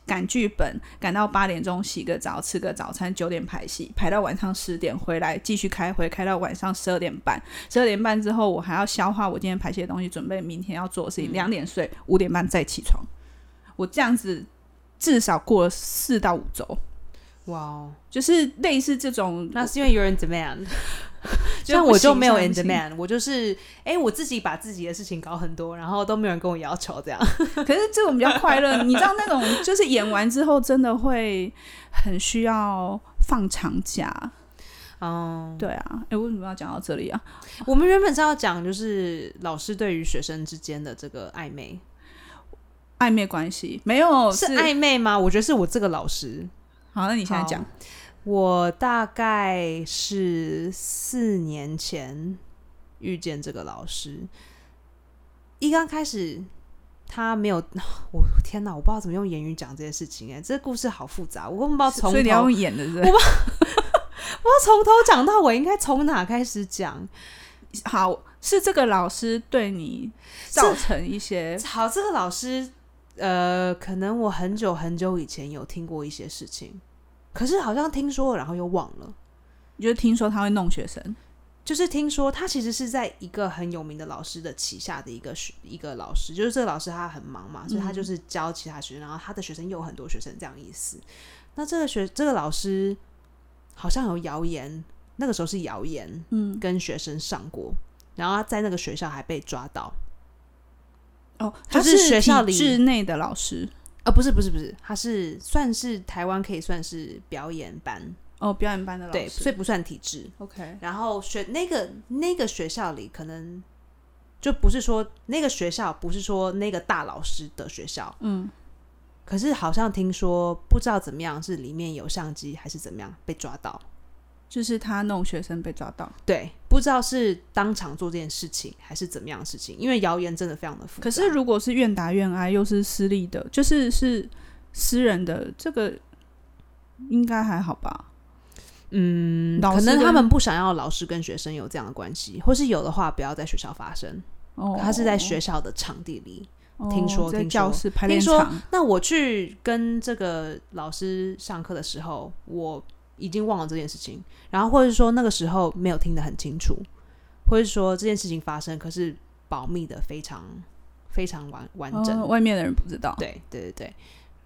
Speaker 1: 赶剧本，赶到八点钟洗个澡，吃个早餐，九点排戏，排到晚上十点回来，继续开会，开到晚上十二点半。十二点半之后，我还要消化我今天排戏的东西，准备明天要做的事
Speaker 2: 嗯
Speaker 1: 情。两、点睡，五点半再起床。我这样子至少过了四到五周。
Speaker 2: 哇哦，
Speaker 1: 就是类似这种，
Speaker 2: 那是因为有人 [LAUGHS] demand。
Speaker 1: 就
Speaker 2: 像
Speaker 1: 不
Speaker 2: 我就
Speaker 1: 行
Speaker 2: 没有
Speaker 1: 像
Speaker 2: in
Speaker 1: 不行
Speaker 2: demand，我就是哎、我自己把自己的事情搞很多，然后都没有人跟我要求这样。
Speaker 1: 可是这种比较快乐。你知道那种就是演完之后真的会很需要放长假，
Speaker 2: 嗯，
Speaker 1: 对啊，哎，为什么要讲到这里啊？
Speaker 2: 我们原本是要讲就是老师对于学生之间的这个暧昧，
Speaker 1: 暧昧关系没有
Speaker 2: 是
Speaker 1: 哦是
Speaker 2: 暧昧吗？我觉得是我这个老师，
Speaker 1: 好，那你现在讲
Speaker 2: 好，我大概是四年前遇见这个老师，一刚开始他没有， [SIGHS] 我天哪，我不知道怎么用言语讲这件事情哎、这个故事好复杂，我根本不知道从头
Speaker 1: 所以你要用演的，是不是？
Speaker 2: 我要从头讲到尾，应该从哪开始讲？
Speaker 1: [LAUGHS] 好，是这个老师对你造成一些
Speaker 2: 好，这个老师，呃，可能我很久很久以前有听过一些事情，可是好像听说了，然后又忘了。
Speaker 1: 你就听说他会弄学生，
Speaker 2: 就是听说他其实是在一个很有名的老师的旗下的一个学一个老师，就是这个老师他很忙
Speaker 1: 嗯
Speaker 2: 嘛，所以他就是教其他学生，然后他的学生又有很多学生这样意思。那这个学这个老师好像有谣言，那个时候是谣言
Speaker 1: 嗯，
Speaker 2: 跟学生上过，然后他在那个学校还被抓到。
Speaker 1: 哦，
Speaker 2: 就
Speaker 1: 他
Speaker 2: 是学校里
Speaker 1: 体制内的老师，
Speaker 2: 呃，不是不是不是，他是算是台湾可以算是表演班，
Speaker 1: 哦，表演班的老
Speaker 2: 对，
Speaker 1: 师，
Speaker 2: 所以不算体制。
Speaker 1: OK，
Speaker 2: 然后学那个那个学校里，可能就不是说那个学校，不是说那个大老师的学校，
Speaker 1: 嗯，
Speaker 2: 可是好像听说不知道怎么样，是里面有相机还是怎么样被抓到？
Speaker 1: 就是他弄学生被抓到，
Speaker 2: 对，啊不知道是当场做这件事情还是怎么样的事情，因为谣言真的非常的复杂。
Speaker 1: 可是如果是愿打愿挨，又是私立的，就是是私人的，这个应该还好吧？
Speaker 2: 嗯，
Speaker 1: 老
Speaker 2: 可
Speaker 1: 师
Speaker 2: 能他
Speaker 1: 跟
Speaker 2: 们不想要老师跟学生有这样的关系，或是有的话不要在学校发生，
Speaker 1: 哦，
Speaker 2: 他是在学校的场地里。
Speaker 1: 哦，
Speaker 2: 听说
Speaker 1: 在
Speaker 2: 听说
Speaker 1: 教室排
Speaker 2: 听
Speaker 1: 练
Speaker 2: 说
Speaker 1: 场，
Speaker 2: 那我去跟这个老师上课的时候，我已经忘了这件事情，然后或者说那个时候没有听得很清楚，或者说这件事情发生，可是保密的非常非常完完整。
Speaker 1: 哦，外面的人不知道，
Speaker 2: 对对对对，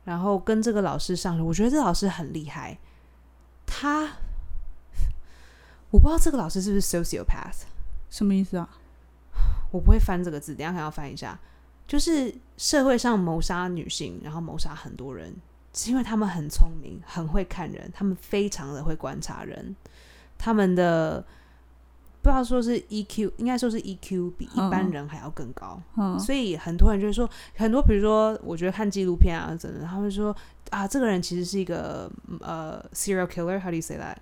Speaker 2: 然后跟这个老师上课，我觉得这老师很厉害，他 [LAUGHS] 我不知道这个老师是不是 sociopath，
Speaker 1: 什么意思啊？
Speaker 2: 我不会翻这个字，等一下还要翻一下。就是社会上谋杀女性，然后谋杀很多人，是因为他们很聪明，很会看人，他们非常的会观察人，他们的不知道说是 EQ，应该说是 EQ 比一般
Speaker 1: 嗯
Speaker 2: 人还要更高。
Speaker 1: 嗯，
Speaker 2: 所以很多人就会说，很多比如说，我觉得看纪录片啊，真的，他会说啊，这个人其实是一个呃 serial killer，how do you say that？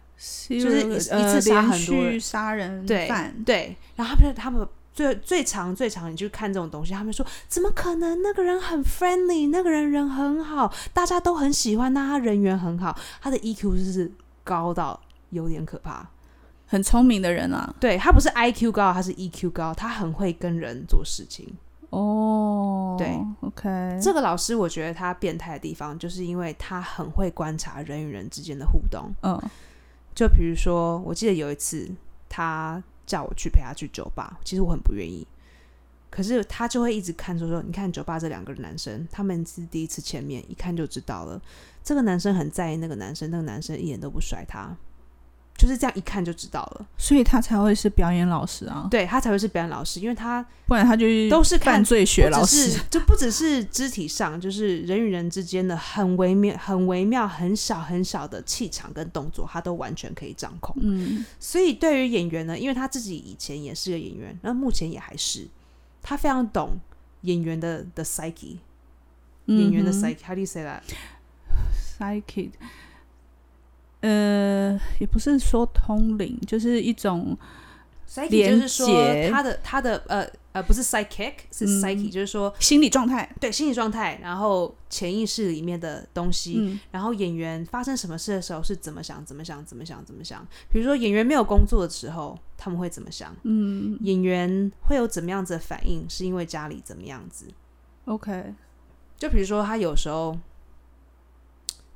Speaker 1: 就是
Speaker 2: 一次
Speaker 1: 呃
Speaker 2: 杀
Speaker 1: 连
Speaker 2: 很多人
Speaker 1: 续杀人
Speaker 2: 对
Speaker 1: 犯，
Speaker 2: 对，然后他们他们最最长最长，你去看这种东西，他们说怎么可能？那个人很 friendly，那个人人很好，大家都很喜欢他，他人缘很好，他的 EQ 就是高到有点可怕。
Speaker 1: 很聪明的人啊，
Speaker 2: 对他不是 IQ 高，他是 EQ 高，他很会跟人做事情。
Speaker 1: 哦，
Speaker 2: 对
Speaker 1: ，OK，
Speaker 2: 这个老师，我觉得他变态的地方，就是因为他很会观察人与人之间的互动。
Speaker 1: 嗯
Speaker 2: 就比如说，我记得有一次他叫我去陪他去酒吧，其实我很不愿意，可是他就会一直看说说，你看酒吧这两个男生，他们是第一次见面，一看就知道了，这个男生很在意那个男生，那个男生一点都不甩他，就是这样一看就知道了，
Speaker 1: 所以他才会是表演老师啊，
Speaker 2: 对他才会是表演老师，因为他
Speaker 1: 不然他就是
Speaker 2: 都是看
Speaker 1: 犯罪学
Speaker 2: 不
Speaker 1: 老
Speaker 2: 只
Speaker 1: 师
Speaker 2: 是， [LAUGHS] 就不只是肢体上，就是人与人之间的很微妙、很微妙、很小很小的气场跟动作，他都完全可以掌控。
Speaker 1: 嗯，
Speaker 2: 所以对于演员呢，因为他自己以前也是个演员，那目前也还是，他非常懂演员的的 psyche，、演员的
Speaker 1: 嗯哼
Speaker 2: psyche，how do you say that？
Speaker 1: psychic，呃，也不是说通灵，就是一种
Speaker 2: psyche
Speaker 1: 连
Speaker 2: 就是说
Speaker 1: 结
Speaker 2: 他的他的呃呃不是 psychic，是
Speaker 1: 嗯
Speaker 2: psyche，、就是说
Speaker 1: 心理状态。
Speaker 2: 对心理状态，然后潜意识里面的东西，
Speaker 1: 嗯，
Speaker 2: 然后演员发生什么事的时候是怎么想，怎么想，怎么想，怎么想。比如说演员没有工作的时候，他们会怎么想？
Speaker 1: 嗯
Speaker 2: 演员会有怎么样子的反应？是因为家里怎么样子？
Speaker 1: ，OK，
Speaker 2: 就比如说，他有时候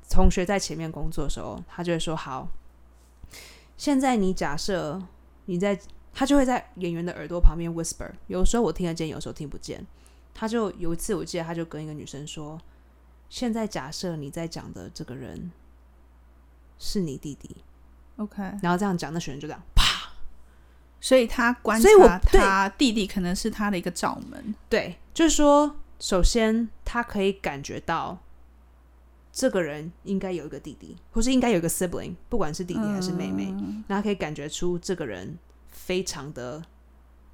Speaker 2: 同学在前面工作的时候，他就会说：“好，现在你假设你在，他就会在演员的耳朵旁边 whisper。有时候我听得见，有时候听不见。他就有一次，我记得他就跟一个女生说：‘现在假设你在讲的这个人是你弟弟。
Speaker 1: OK，’
Speaker 2: 然后这样讲，那学生就这样。
Speaker 1: 所以他观
Speaker 2: 所以我
Speaker 1: 察他弟弟可能是他的一个罩门，
Speaker 2: 对，就是说，首先他可以感觉到这个人应该有一个弟弟，或是应该有一个 sibling，不管是弟弟还是妹妹，
Speaker 1: 嗯
Speaker 2: 然后可以感觉出这个人非常的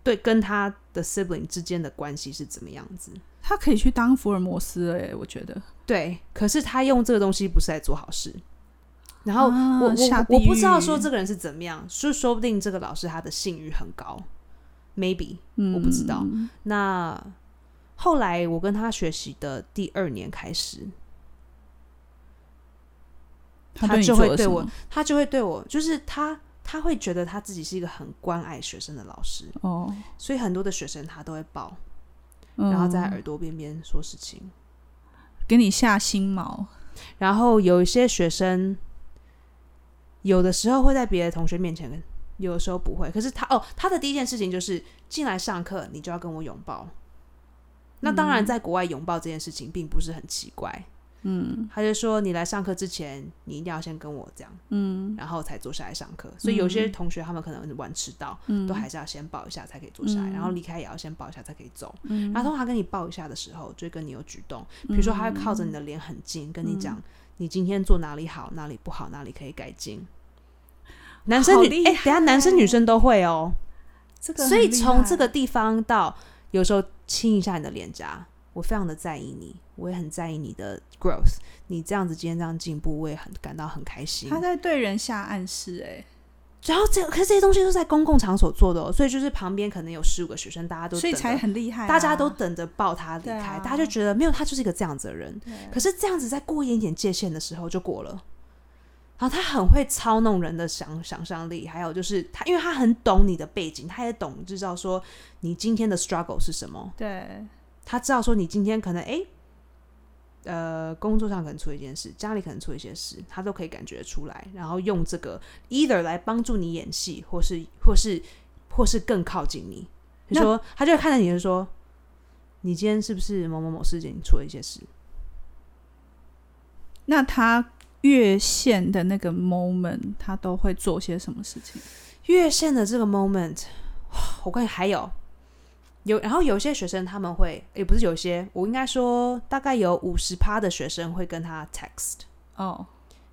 Speaker 2: 对跟他的 sibling 之间的关系是怎么样子。
Speaker 1: 他可以去当福尔摩斯哎、我觉得。
Speaker 2: 对，可是他用这个东西不是在做好事。然后我、
Speaker 1: 啊
Speaker 2: 我
Speaker 1: 下
Speaker 2: 我
Speaker 1: 地
Speaker 2: 我不知道
Speaker 1: 狱
Speaker 2: 说这个人是怎么样，说说不定这个老师他的信誉很高，maybe。
Speaker 1: 嗯
Speaker 2: 我不知道那后来我跟他学习的第二年开始，
Speaker 1: 他
Speaker 2: 他
Speaker 1: 对你
Speaker 2: 就
Speaker 1: 做
Speaker 2: 会
Speaker 1: 了
Speaker 2: 对
Speaker 1: 什
Speaker 2: 我
Speaker 1: 么
Speaker 2: 他就会对我，就是他他会觉得他自己是一个很关爱学生的老师，
Speaker 1: 哦，
Speaker 2: 所以很多的学生他都会抱，
Speaker 1: 嗯
Speaker 2: 然后在耳朵边边说事情。
Speaker 1: 给你下心毛，
Speaker 2: 然后有一些学生，有的时候会在别的同学面前，有的时候不会。可是他哦，他的第一件事情就是进来上课，你就要跟我拥抱。那当然，在国外拥抱这件事情并不是很奇怪。
Speaker 1: 嗯
Speaker 2: 他就说，你来上课之前，你一定要先跟我这样，
Speaker 1: 嗯
Speaker 2: 然后才坐下来上课。所以有些同学他们可能晚迟到，
Speaker 1: 嗯，
Speaker 2: 都还是要先抱一下才可以坐下来，
Speaker 1: 嗯
Speaker 2: 然后离开也要先抱一下才可以走。
Speaker 1: 嗯
Speaker 2: 然后通常跟你抱一下的时候，就会跟你有举动，比如说他会靠
Speaker 1: 嗯
Speaker 2: 着你的脸很近，跟你讲你今天做哪里好，哪里不好，哪里可以改进。男生
Speaker 1: 好
Speaker 2: 女
Speaker 1: 厉
Speaker 2: 哎、等一下男生女生都会哦，
Speaker 1: 这个很
Speaker 2: 所以
Speaker 1: 厉
Speaker 2: 从
Speaker 1: 害
Speaker 2: 这个地方到有时候亲一下你的脸颊，我非常的在意你，我也很在意你的 growth，你这样子今天这样进步，我也很感到很开心。
Speaker 1: 他在对人下暗示哎、
Speaker 2: 然后这可是这些东西都是在公共场所做的、哦，所以就是旁边可能有十五个学生，大家都
Speaker 1: 所以
Speaker 2: 等着
Speaker 1: 才很厉害啊、
Speaker 2: 大家都等着抱他离
Speaker 1: 对
Speaker 2: 开，
Speaker 1: 啊
Speaker 2: 大家就觉得没有他就是一个这样子的人。可是这样子在过一点点界限的时候就过了。然后他很会操弄人的想想象力，还有就是他，因为他很懂你的背景，他也懂知道说你今天的 struggle 是什么，
Speaker 1: 对，
Speaker 2: 他知道说你今天可能诶，呃，工作上可能出一件事，家里可能出一些事，他都可以感觉出来，然后用这个 either 来帮助你演戏，或是或是或是更靠近你。你
Speaker 1: 那
Speaker 2: 说，他就会看着你就说，你今天是不是某某某事情出了一些事？
Speaker 1: 那他越线的那个 moment，他都会做些什么事情？
Speaker 2: 越线的这个 moment，哇 [SIGHS] 我跟你还有有，然后有些学生他们会，也不是有些，我应该说大概有五十趴的学生会跟他 text，
Speaker 1: 哦，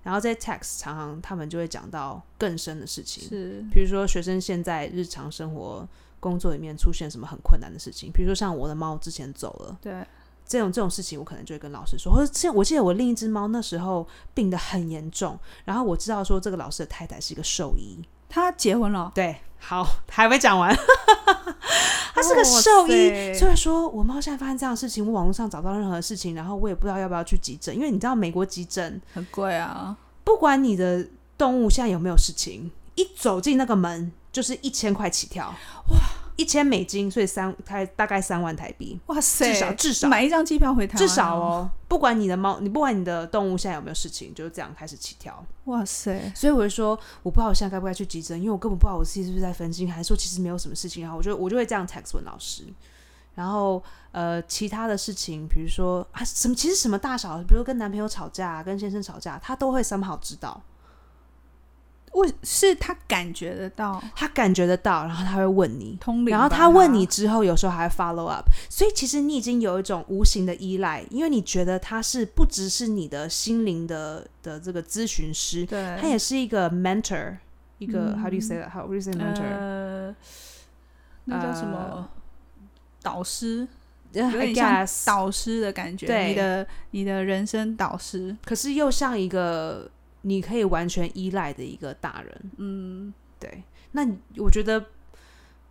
Speaker 2: 然后在 text 常常他们就会讲到更深的事情，
Speaker 1: 是，
Speaker 2: 比如说学生现在日常生活、工作里面出现什么很困难的事情，比如说像我的猫之前走了，
Speaker 1: 对，
Speaker 2: 这种这种事情，我可能就会跟老师说，或者像我记得我另一只猫那时候病得很严重，然后我知道说这个老师的太太是一个兽医，
Speaker 1: 他结婚了，
Speaker 2: 对，好，还没
Speaker 1: [LAUGHS]
Speaker 2: 讲完，他是个
Speaker 1: 哇
Speaker 2: 兽医，
Speaker 1: 塞
Speaker 2: 所以说我猫现在发生这样的事情，我网络上找不到任何事情，然后我也不知道要不要去急诊，因为你知道美国急诊
Speaker 1: 很贵啊，
Speaker 2: 不管你的动物现在有没有事情，一走进那个门就是一千块起跳，哇，一千美金，所以三台大概三万台币，
Speaker 1: 哇塞，
Speaker 2: 至少至少
Speaker 1: 买一张机票回台湾，
Speaker 2: 至少，哦，不管你的猫，你不管你的动物现在有没有事情，就是这样开始起跳。
Speaker 1: 哇塞，
Speaker 2: 所以我就说，我不知道我现在该不该去急诊，因为我根本不知道我自己是不是在分心，还是说其实没有什么事情。然后我就我就会这样 text 文老师。然后呃，其他的事情，比如说啊什么，其实什么大小，比如跟男朋友吵架、跟先生吵架，他都会 somehow 知道。
Speaker 1: 我是他感觉得到
Speaker 2: 他感觉得到，然后他会问你，
Speaker 1: 通灵吧，
Speaker 2: 然后他问你之后，有时候还会 follow up，所以其实你已经有一种无形的依赖，因为你觉得他是不只是你的心灵的的这个咨询师，
Speaker 1: 对，
Speaker 2: 他也是一个 mentor，一个、how do you say that how do you say mentor？
Speaker 1: 嗯呃，那叫什么、
Speaker 2: 呃
Speaker 1: 导师？
Speaker 2: 呃
Speaker 1: 有
Speaker 2: I
Speaker 1: 点像
Speaker 2: guess，
Speaker 1: 导师的感觉，
Speaker 2: 对
Speaker 1: 你的你的人生导师，
Speaker 2: 可是又像一个你可以完全依赖的一个大人，
Speaker 1: 嗯，
Speaker 2: 对，那你我觉得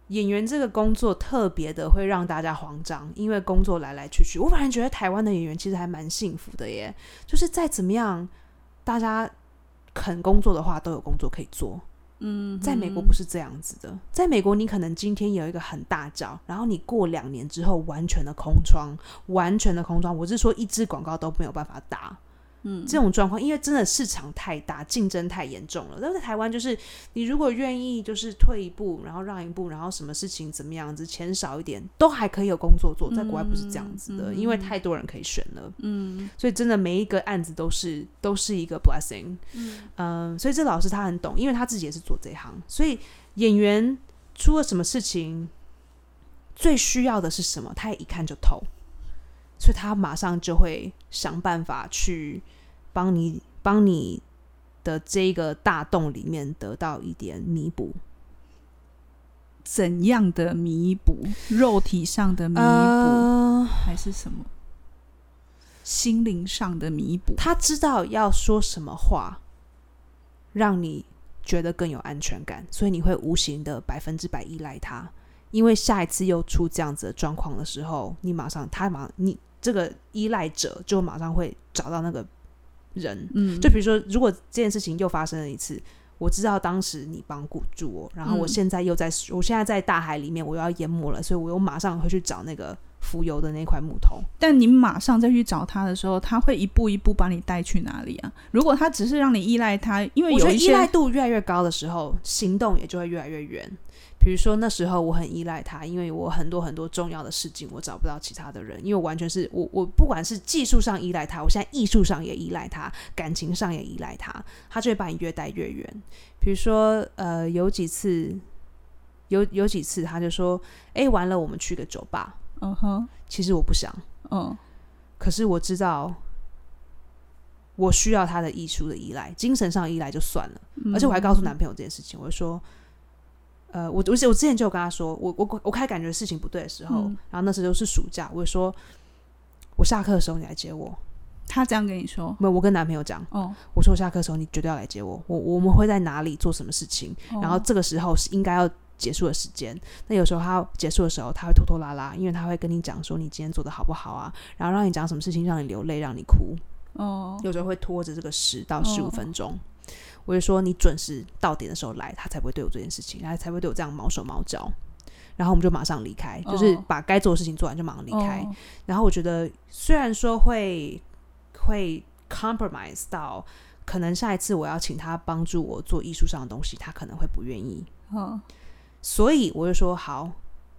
Speaker 2: 演员这个工作特别的会让大家慌张，因为工作来来去去。我反而觉得台湾的演员其实还蛮幸福的耶，就是再怎么样，大家肯工作的话都有工作可以做。嗯，在美国不是这样子的，在美国你可能今天有一个很大招，然后你过两年之后完全的空窗，完全的空窗，我是说一支广告都没有办法打。
Speaker 1: 嗯
Speaker 2: 这种状况，因为真的市场太大，竞争太严重了。但在台湾，就是你如果愿意，就是退一步，然后让一步，然后什么事情怎么样子，钱少一点，都还可以有工作做。在国外不是这样子的，因为太多人可以选了，
Speaker 1: 嗯
Speaker 2: 所以真的每一个案子都是都是一个 blessing。
Speaker 1: 嗯
Speaker 2: 嗯，所以这老师他很懂，因为他自己也是做这一行，所以演员出了什么事情，最需要的是什么，他也一看就透，所以他马上就会想办法去帮你帮你的这个大洞里面得到一点弥补。
Speaker 1: 怎样的弥补？肉体上的弥补、
Speaker 2: 呃，
Speaker 1: 还是什么？心灵上的弥补？
Speaker 2: 他知道要说什么话，让你觉得更有安全感，所以你会无形的百分之百依赖他。因为下一次又出这样子的状况的时候，你马上他马你这个依赖者就马上会找到那个人。
Speaker 1: 嗯，
Speaker 2: 就比如说，如果这件事情又发生了一次，我知道当时你帮顾住我，哦然后我
Speaker 1: 嗯
Speaker 2: 现在又在，我现在在大海里面，我又要淹没了，所以我又马上会去找那个浮游的那块木头。
Speaker 1: 但你马上再去找他的时候，他会一步一步把你带去哪里啊？如果他只是让你依赖他，因为
Speaker 2: 我
Speaker 1: 有
Speaker 2: 觉得
Speaker 1: 一
Speaker 2: 依
Speaker 1: 些
Speaker 2: 赖度越来越高的时候，行动也就会越来越远。比如说那时候我很依赖他，因为我很多很多重要的事情我找不到其他的人，因为我完全是我我不管是技术上依赖他，我现在艺术上也依赖他，感情上也依赖他，他就会把你越带越远。比如说呃，有几次有有几次他就说：“哎、完了，我们去个酒吧。
Speaker 1: 嗯哼，”
Speaker 2: 其实我不想，
Speaker 1: 嗯，
Speaker 2: 可是我知道我需要他的艺术的依赖，精神上依赖就算了。
Speaker 1: 嗯
Speaker 2: 而且我还告诉男朋友这件事情，我就说，呃，我我我之前就有跟他说，我我我开始感觉事情不对的时候，
Speaker 1: 嗯
Speaker 2: 然后那时候是暑假，我就说，我下课的时候你来接我，
Speaker 1: 他这样跟你说，
Speaker 2: 没有，我跟男朋友讲，
Speaker 1: 哦，
Speaker 2: 我说我下课的时候你绝对要来接我，我我们会在哪里做什么事情，
Speaker 1: 哦
Speaker 2: 然后这个时候是应该要。结束的时间，那有时候他结束的时候，他会拖拖拉拉，因为他会跟你讲说你今天做的好不好啊，然后让你讲什么事情让你流泪，让你哭，
Speaker 1: 哦，
Speaker 2: 有时候会拖着这个十到十五
Speaker 1: 哦
Speaker 2: 分钟。我就说你准时到点的时候来，他才不会对我做这件事情，然后才不会对我这样毛手毛脚。然后我们就马上离开，就是
Speaker 1: 哦
Speaker 2: 把该做的事情做完就马上离开。
Speaker 1: 哦
Speaker 2: 然后我觉得虽然说会会 compromise 到，可能下一次我要请他帮助我做艺术上的东西，他可能会不愿意。
Speaker 1: 嗯，
Speaker 2: 所以我就说好，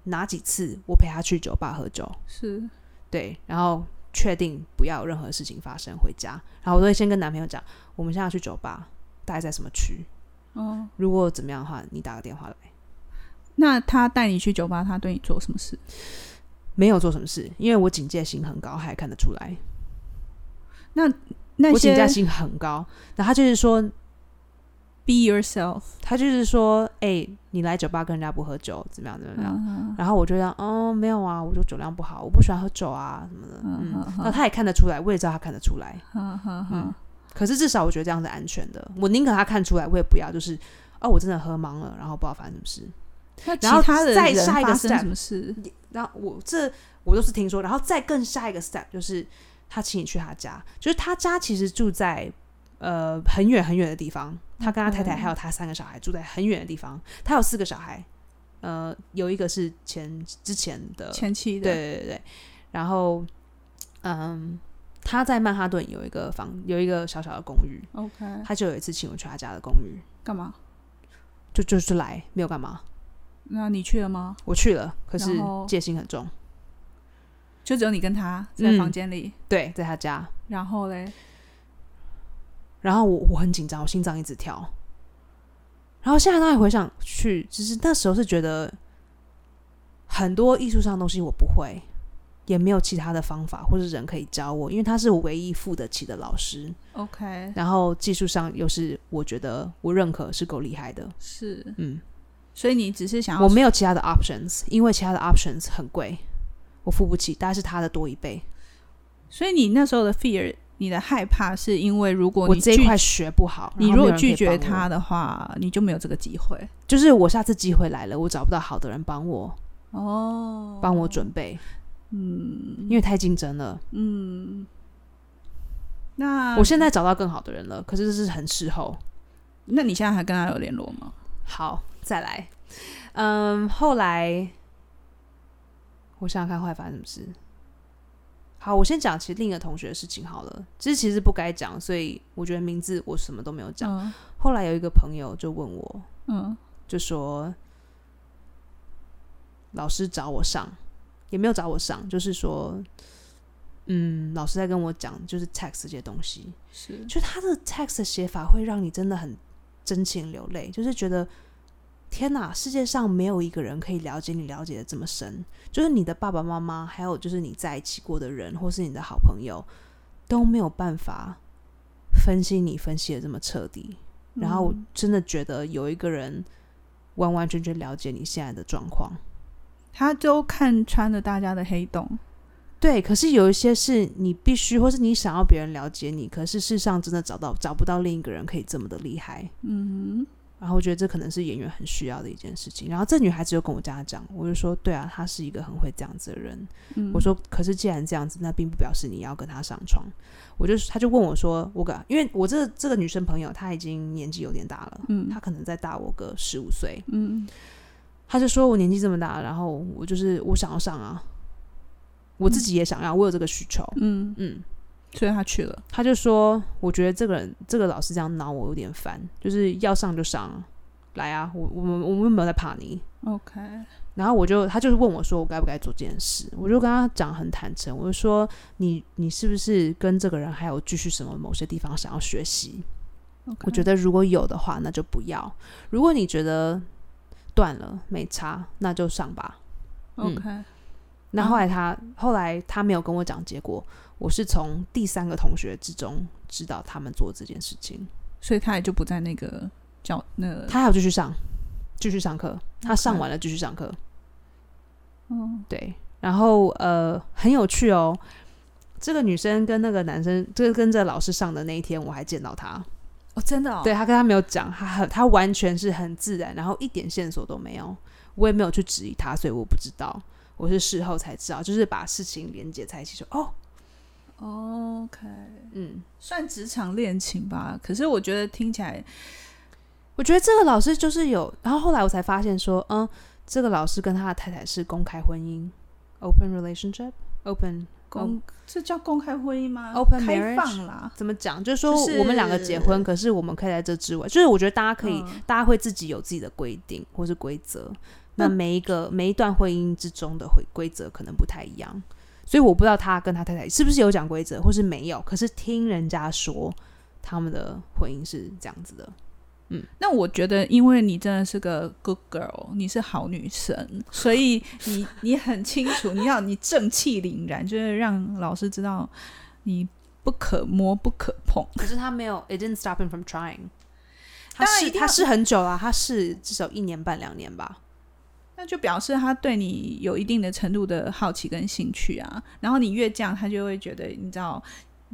Speaker 2: 哪几次我陪他去酒吧喝酒，
Speaker 1: 哦是，
Speaker 2: 对，然后确定不要有任何事情发生，回家，然后我都会先跟男朋友讲，我们现在要去酒吧，大概在什么区？
Speaker 1: 哦，
Speaker 2: 如果怎么样的话，你打个电话来。
Speaker 1: 那他带你去酒吧，他对你做什么事？
Speaker 2: 没有做什么事，因为我警戒心很高，他也看得出来，
Speaker 1: 那
Speaker 2: 我警
Speaker 1: 些
Speaker 2: 戒心很高。然后他就是说，
Speaker 1: be yourself，
Speaker 2: 他就是说，哎、你来酒吧跟人家不喝酒，怎么样怎么样？
Speaker 1: 嗯
Speaker 2: 然后我就讲，哦，没有啊，我就酒量不好，我不喜欢喝酒啊什么的。
Speaker 1: 嗯
Speaker 2: 嗯
Speaker 1: 嗯，
Speaker 2: 那他也看得出来，我也知道他看得出来。
Speaker 1: 嗯嗯嗯，
Speaker 2: 可是至少我觉得这样是安全的，我宁可他看出来，我也不要就是哦，我真的喝茫了，然后不知道发生什么事。
Speaker 1: 那其
Speaker 2: 然后
Speaker 1: 他的
Speaker 2: 再
Speaker 1: 人
Speaker 2: 下一个
Speaker 1: 发生
Speaker 2: step
Speaker 1: 什么事？
Speaker 2: 然后我这我都是听说，然后再更下一个 step 就是他请你去他家，就是他家其实住在呃很远很远的地方，他跟他太太
Speaker 1: OK
Speaker 2: 还有他三个小孩住在很远的地方，他有四个小孩，呃，有一个是前之前的
Speaker 1: 前期
Speaker 2: 呃对
Speaker 1: 的，
Speaker 2: 对对对，然后嗯，他在曼哈顿有一个房有一个小小的公寓，
Speaker 1: ，OK，
Speaker 2: 他就有一次请我去他家的公寓，
Speaker 1: 干嘛？
Speaker 2: 就就是来没有干嘛，
Speaker 1: 那你去了吗？
Speaker 2: 我去了，可是
Speaker 1: 然后
Speaker 2: 戒心很重，
Speaker 1: 就只有你跟他在
Speaker 2: 嗯
Speaker 1: 房间里，
Speaker 2: 对，在他家，
Speaker 1: 然后嘞，
Speaker 2: 然后我我很紧张，我心脏一直跳。然后现在当然回想去，其实那时候是觉得很多艺术上的东西我不会，也没有其他的方法或是人可以教我，因为他是我唯一付得起的老师。
Speaker 1: OK，
Speaker 2: 然后技术上又是我觉得我认可是够厉害的，
Speaker 1: 是，
Speaker 2: 嗯，
Speaker 1: 所以你只是想要
Speaker 2: 我没有其他的 options，因为其他的 options 很贵，我付不起，大概是他的多一倍。
Speaker 1: 所以你那时候的 fear，你的害怕是因为如果
Speaker 2: 我
Speaker 1: 你
Speaker 2: 这
Speaker 1: 拒
Speaker 2: 一块学不好，
Speaker 1: 你
Speaker 2: 然
Speaker 1: 如
Speaker 2: 后没有
Speaker 1: 果
Speaker 2: 人可以
Speaker 1: 拒绝
Speaker 2: 帮我
Speaker 1: 他的话，你就没有这个机会
Speaker 2: 就是我下次机会来了，我找不到好的人帮我
Speaker 1: 哦。
Speaker 2: 帮我准备，
Speaker 1: 嗯
Speaker 2: 因为太竞争了。
Speaker 1: 嗯，那
Speaker 2: 我现在找到更好的人了，可是这是很事后。
Speaker 1: 那你现在还跟他有联络吗？
Speaker 2: 好，再来。嗯，后来我想想看，后来发生什么事。好，我先讲其实另一个同学的事情好了，这其实不该讲，所以我觉得名字我什么都没有讲。
Speaker 1: 嗯
Speaker 2: 后来有一个朋友就问我，
Speaker 1: 嗯
Speaker 2: 就说老师找我上，也没有找我上，就是说，嗯，老师在跟我讲就是 text 这些东西，
Speaker 1: 是
Speaker 2: 就他的 text 的写法会让你真的很真情流泪，就是觉得天哪，世界上没有一个人可以了解你了解的这么深。就是你的爸爸妈妈，还有就是你在一起过的人，或是你的好朋友，都没有办法分析你分析的这么彻底，然
Speaker 1: 嗯
Speaker 2: 后我真的觉得有一个人完完全全了解你现在的状况。
Speaker 1: 他都看穿了大家的黑洞，
Speaker 2: 对，可是有一些是你必须，或是你想要别人了解你，可是事实上真的找到找不到另一个人可以这么的厉害。
Speaker 1: 嗯
Speaker 2: 然后我觉得这可能是演员很需要的一件事情。然后这女孩子就跟我家讲，我就说，对啊，她是一个很会这样子的人。
Speaker 1: 嗯
Speaker 2: 我说，可是既然这样子，那并不表示你要跟她上床。我就她就问我说，我跟因为我这这个女生朋友她已经年纪有点大了，
Speaker 1: 嗯
Speaker 2: 她可能再大我个十五岁，
Speaker 1: 嗯，
Speaker 2: 她就说我年纪这么大，然后我就是我想要上啊，我自己也想要，我有这个需求。
Speaker 1: 嗯，
Speaker 2: 嗯，
Speaker 1: 所以他去了，
Speaker 2: 他就说：“我觉得这个人，这个老师这样挠我有点烦，就是要上就上啊，来啊，我我们我们又没有在怕你。
Speaker 1: OK，”
Speaker 2: 然后我就他就是问我说：“我该不该做这件事？”我就跟他讲很坦诚，我就说：“你你是不是跟这个人还有继续什么某些地方想要学习？我觉
Speaker 1: 得
Speaker 2: 得如果有的话，那就不要；如果你觉得断了没差，那就上吧。嗯
Speaker 1: OK，” 嗯
Speaker 2: 那后来他后来他没有跟我讲结果，我是从第三个同学之中知道他们做这件事情。
Speaker 1: 所以他也就不在那个教那个，
Speaker 2: 他还要继续上，继续上课。他上完了继续上课，
Speaker 1: 嗯
Speaker 2: 对。然后呃，很有趣哦。这个女生跟那个男生，这个跟着老师上的那一天，我还见到他。
Speaker 1: 哦，真的哦，
Speaker 2: 对，他跟他没有讲，他很他完全是很自然，然后一点线索都没有，我也没有去质疑他，所以我不知道，我是事后才知道，就是把事情连接在一起说，哦，
Speaker 1: ，OK，
Speaker 2: 嗯，
Speaker 1: 算职场恋情吧，可是我觉得听起来，
Speaker 2: 我觉得这个老师就是有，然后后来我才发现说，嗯，这个老师跟他的太太是公开婚姻，open relationship，open
Speaker 1: 公、这叫公开婚姻吗
Speaker 2: 哦 Open
Speaker 1: 开
Speaker 2: marriage
Speaker 1: 放啦，
Speaker 2: 怎么讲？就是说
Speaker 1: 就是
Speaker 2: 我们两个结婚，可是我们可以在这之外，就是我觉得大家可以，
Speaker 1: 嗯
Speaker 2: 大家会自己有自己的规定或是规则。
Speaker 1: 那
Speaker 2: 那每一个每一段婚姻之中的规规则可能不太一样，所以我不知道他跟他太太是不是有讲规则，或是没有。可是听人家说他们的婚姻是这样子的，
Speaker 1: 那我觉得，因为你真的是个 good girl，你是好女生，所以你你很清楚，你要你正气凛然，就是让老师知道你不可摸、不可碰。
Speaker 2: 可是他没有，it didn't stop him from trying。他
Speaker 1: 当然一
Speaker 2: 试
Speaker 1: 定
Speaker 2: 他
Speaker 1: 要
Speaker 2: 试很久啊，他试至少一年半两年吧。
Speaker 1: 那就表示他对你有一定的程度的好奇跟兴趣啊。然后你越这样，他就会觉得你知道，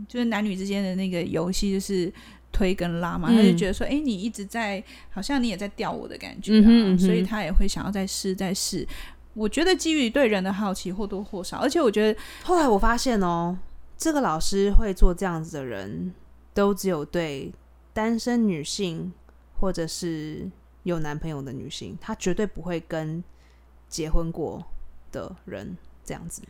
Speaker 1: 就是男女之间的那个游戏就是推跟拉嘛，
Speaker 2: 嗯
Speaker 1: 他就觉得说，哎、你一直在，好像你也在吊我的感觉、啊，
Speaker 2: 嗯哼嗯哼
Speaker 1: 所以他也会想要再试再试。我觉得基于对人的好奇或多或少，而且我觉得
Speaker 2: 后来我发现哦，这个老师会做这样子的人，都只有对单身女性或者是有男朋友的女性，她绝对不会跟结婚过的人这样子。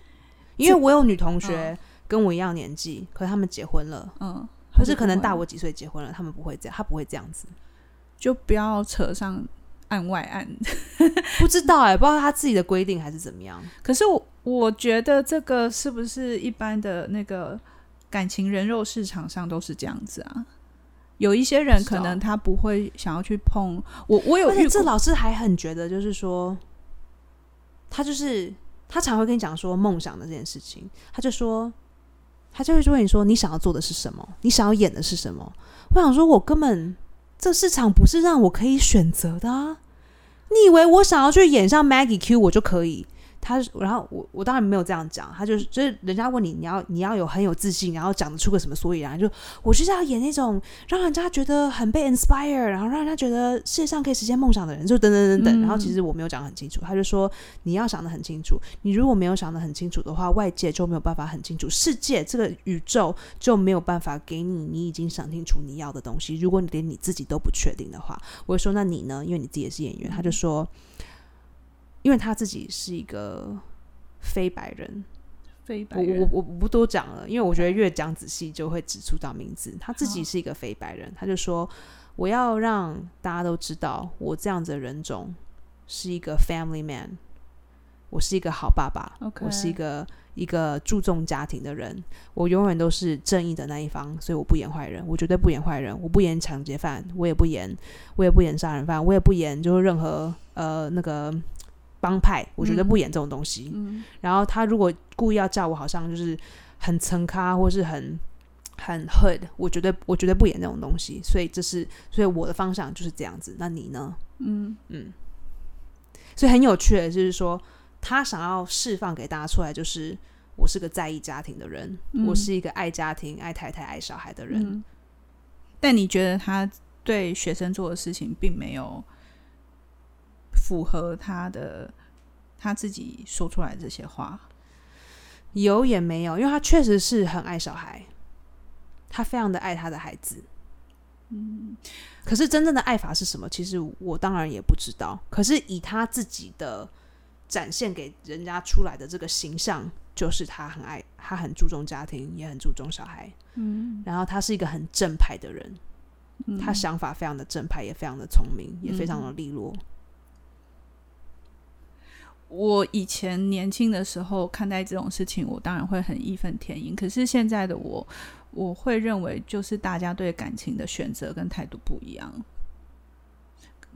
Speaker 2: 因为我有女同学跟我一样年纪，可是他们结婚了，
Speaker 1: 嗯，
Speaker 2: 或是可能
Speaker 1: 他就
Speaker 2: 大
Speaker 1: 不会
Speaker 2: 我几岁结婚了，他们不会这样，她不会这样子。
Speaker 1: 就不要扯上案外案。
Speaker 2: 不知道哎、不知道她自己的规定还是怎么样。
Speaker 1: 可是我我觉得这个是不是一般的那个感情人肉市场上都是这样子啊？有一些人
Speaker 2: 不知道
Speaker 1: 可能他不会想要去碰我，我有
Speaker 2: 而且
Speaker 1: 遇
Speaker 2: 这
Speaker 1: 过，
Speaker 2: 老师还很觉得，就是说，他就是他常会跟你讲说梦想的这件事情，他就说，他就会问你说你想要做的是什么，你想要演的是什么。我想说，我根本这市场不是让我可以选择的啊！你以为我想要去演像 Maggie Q 我就可以？他然后我我当然没有这样讲，他就是就是人家问你你要你要有很有自信，然后讲得出个什么所以然，就我就是要演那种让人家觉得很被 inspire，然后让人家觉得世界上可以实现梦想的人，就等等等等。
Speaker 1: 嗯
Speaker 2: 然后其实我没有讲得很清楚，他就说你要想得很清楚，你如果没有想得很清楚的话，外界就没有办法很清楚，世界这个宇宙就没有办法给你你已经想清楚你要的东西。如果你连你自己都不确定的话，我就说那你呢？因为你自己也是演员，他就说，因为他自己是一个非白人，
Speaker 1: 非白
Speaker 2: 我
Speaker 1: 人
Speaker 2: 我我我不多讲了，因为我觉得越讲仔细就会指出到名字。他自己是一个非白人，他就说我要让大家都知道，我这样子的人种是一个 family man，我是一个好爸爸
Speaker 1: OK
Speaker 2: 我是一个一个注重家庭的人，我永远都是正义的那一方，所以我不演坏人，我绝对不演坏人，我不演抢劫犯，我也不演，我也不演杀人犯，我也不演就是任何呃那个帮派，我绝对不演这种东西。
Speaker 1: 嗯
Speaker 2: 然后他如果故意要叫我，好像就是很层咖，或是很很 hood，我绝对我绝对不演那种东西，所以这是所以我的方向就是这样子。那你呢？
Speaker 1: 嗯
Speaker 2: 嗯，所以很有趣的就是说，他想要释放给大家出来，就是我是个在意家庭的人，
Speaker 1: 嗯
Speaker 2: 我是一个爱家庭、爱太太、爱小孩的人。
Speaker 1: 嗯。但你觉得他对学生做的事情并没有符合他的他自己说出来的这些话？
Speaker 2: 有也没有，因为他确实是很爱小孩，他非常的爱他的孩子。嗯可是真正的爱法是什么？其实我当然也不知道。可是以他自己的展现给人家出来的这个形象，就是他很爱，他很注重家庭，也很注重小孩。
Speaker 1: 嗯，
Speaker 2: 然后他是一个很正派的人，他想法非常的正派，也非常的聪明，也非常的利落。
Speaker 1: 我以前年轻的时候看待这种事情，我当然会很义愤填膺。可是现在的我，我会认为就是大家对感情的选择跟态度不一样，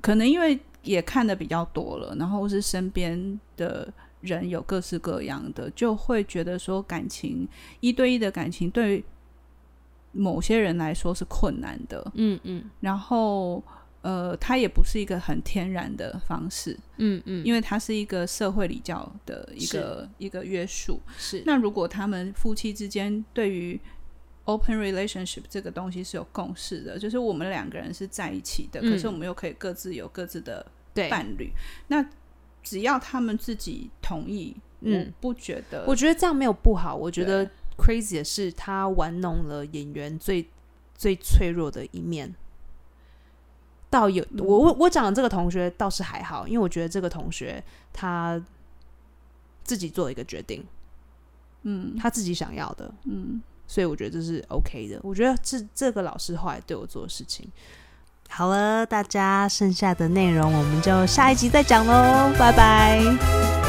Speaker 1: 可能因为也看的比较多了，然后是身边的人有各式各样的，就会觉得说感情一对一的感情对某些人来说是困难的，
Speaker 2: 嗯嗯
Speaker 1: 然后呃，它也不是一个很天然的方式。
Speaker 2: 嗯嗯，
Speaker 1: 因为它是一个社会礼教的一个一个约束。
Speaker 2: 是
Speaker 1: 那如果他们夫妻之间对于 open relationship 这个东西是有共识的，就是我们两个人是在一起的，
Speaker 2: 嗯
Speaker 1: 可是我们又可以各自有各自的
Speaker 2: 对，
Speaker 1: 伴侣。那只要他们自己同意，
Speaker 2: 嗯
Speaker 1: 我不觉得，
Speaker 2: 我觉得这样没有不好。我觉
Speaker 1: 对
Speaker 2: 得 crazy 的是他玩弄了演员最最脆弱的一面。倒有我我我讲的这个同学倒是还好，因为我觉得这个同学他自己做了一个决定，
Speaker 1: 嗯
Speaker 2: 他自己想要的，
Speaker 1: 嗯
Speaker 2: 所以我觉得这是 OK 的。我觉得是这个老师后来对我做的事情。好了，大家剩下的内容我们就下一集再讲喽，拜拜。
Speaker 1: 拜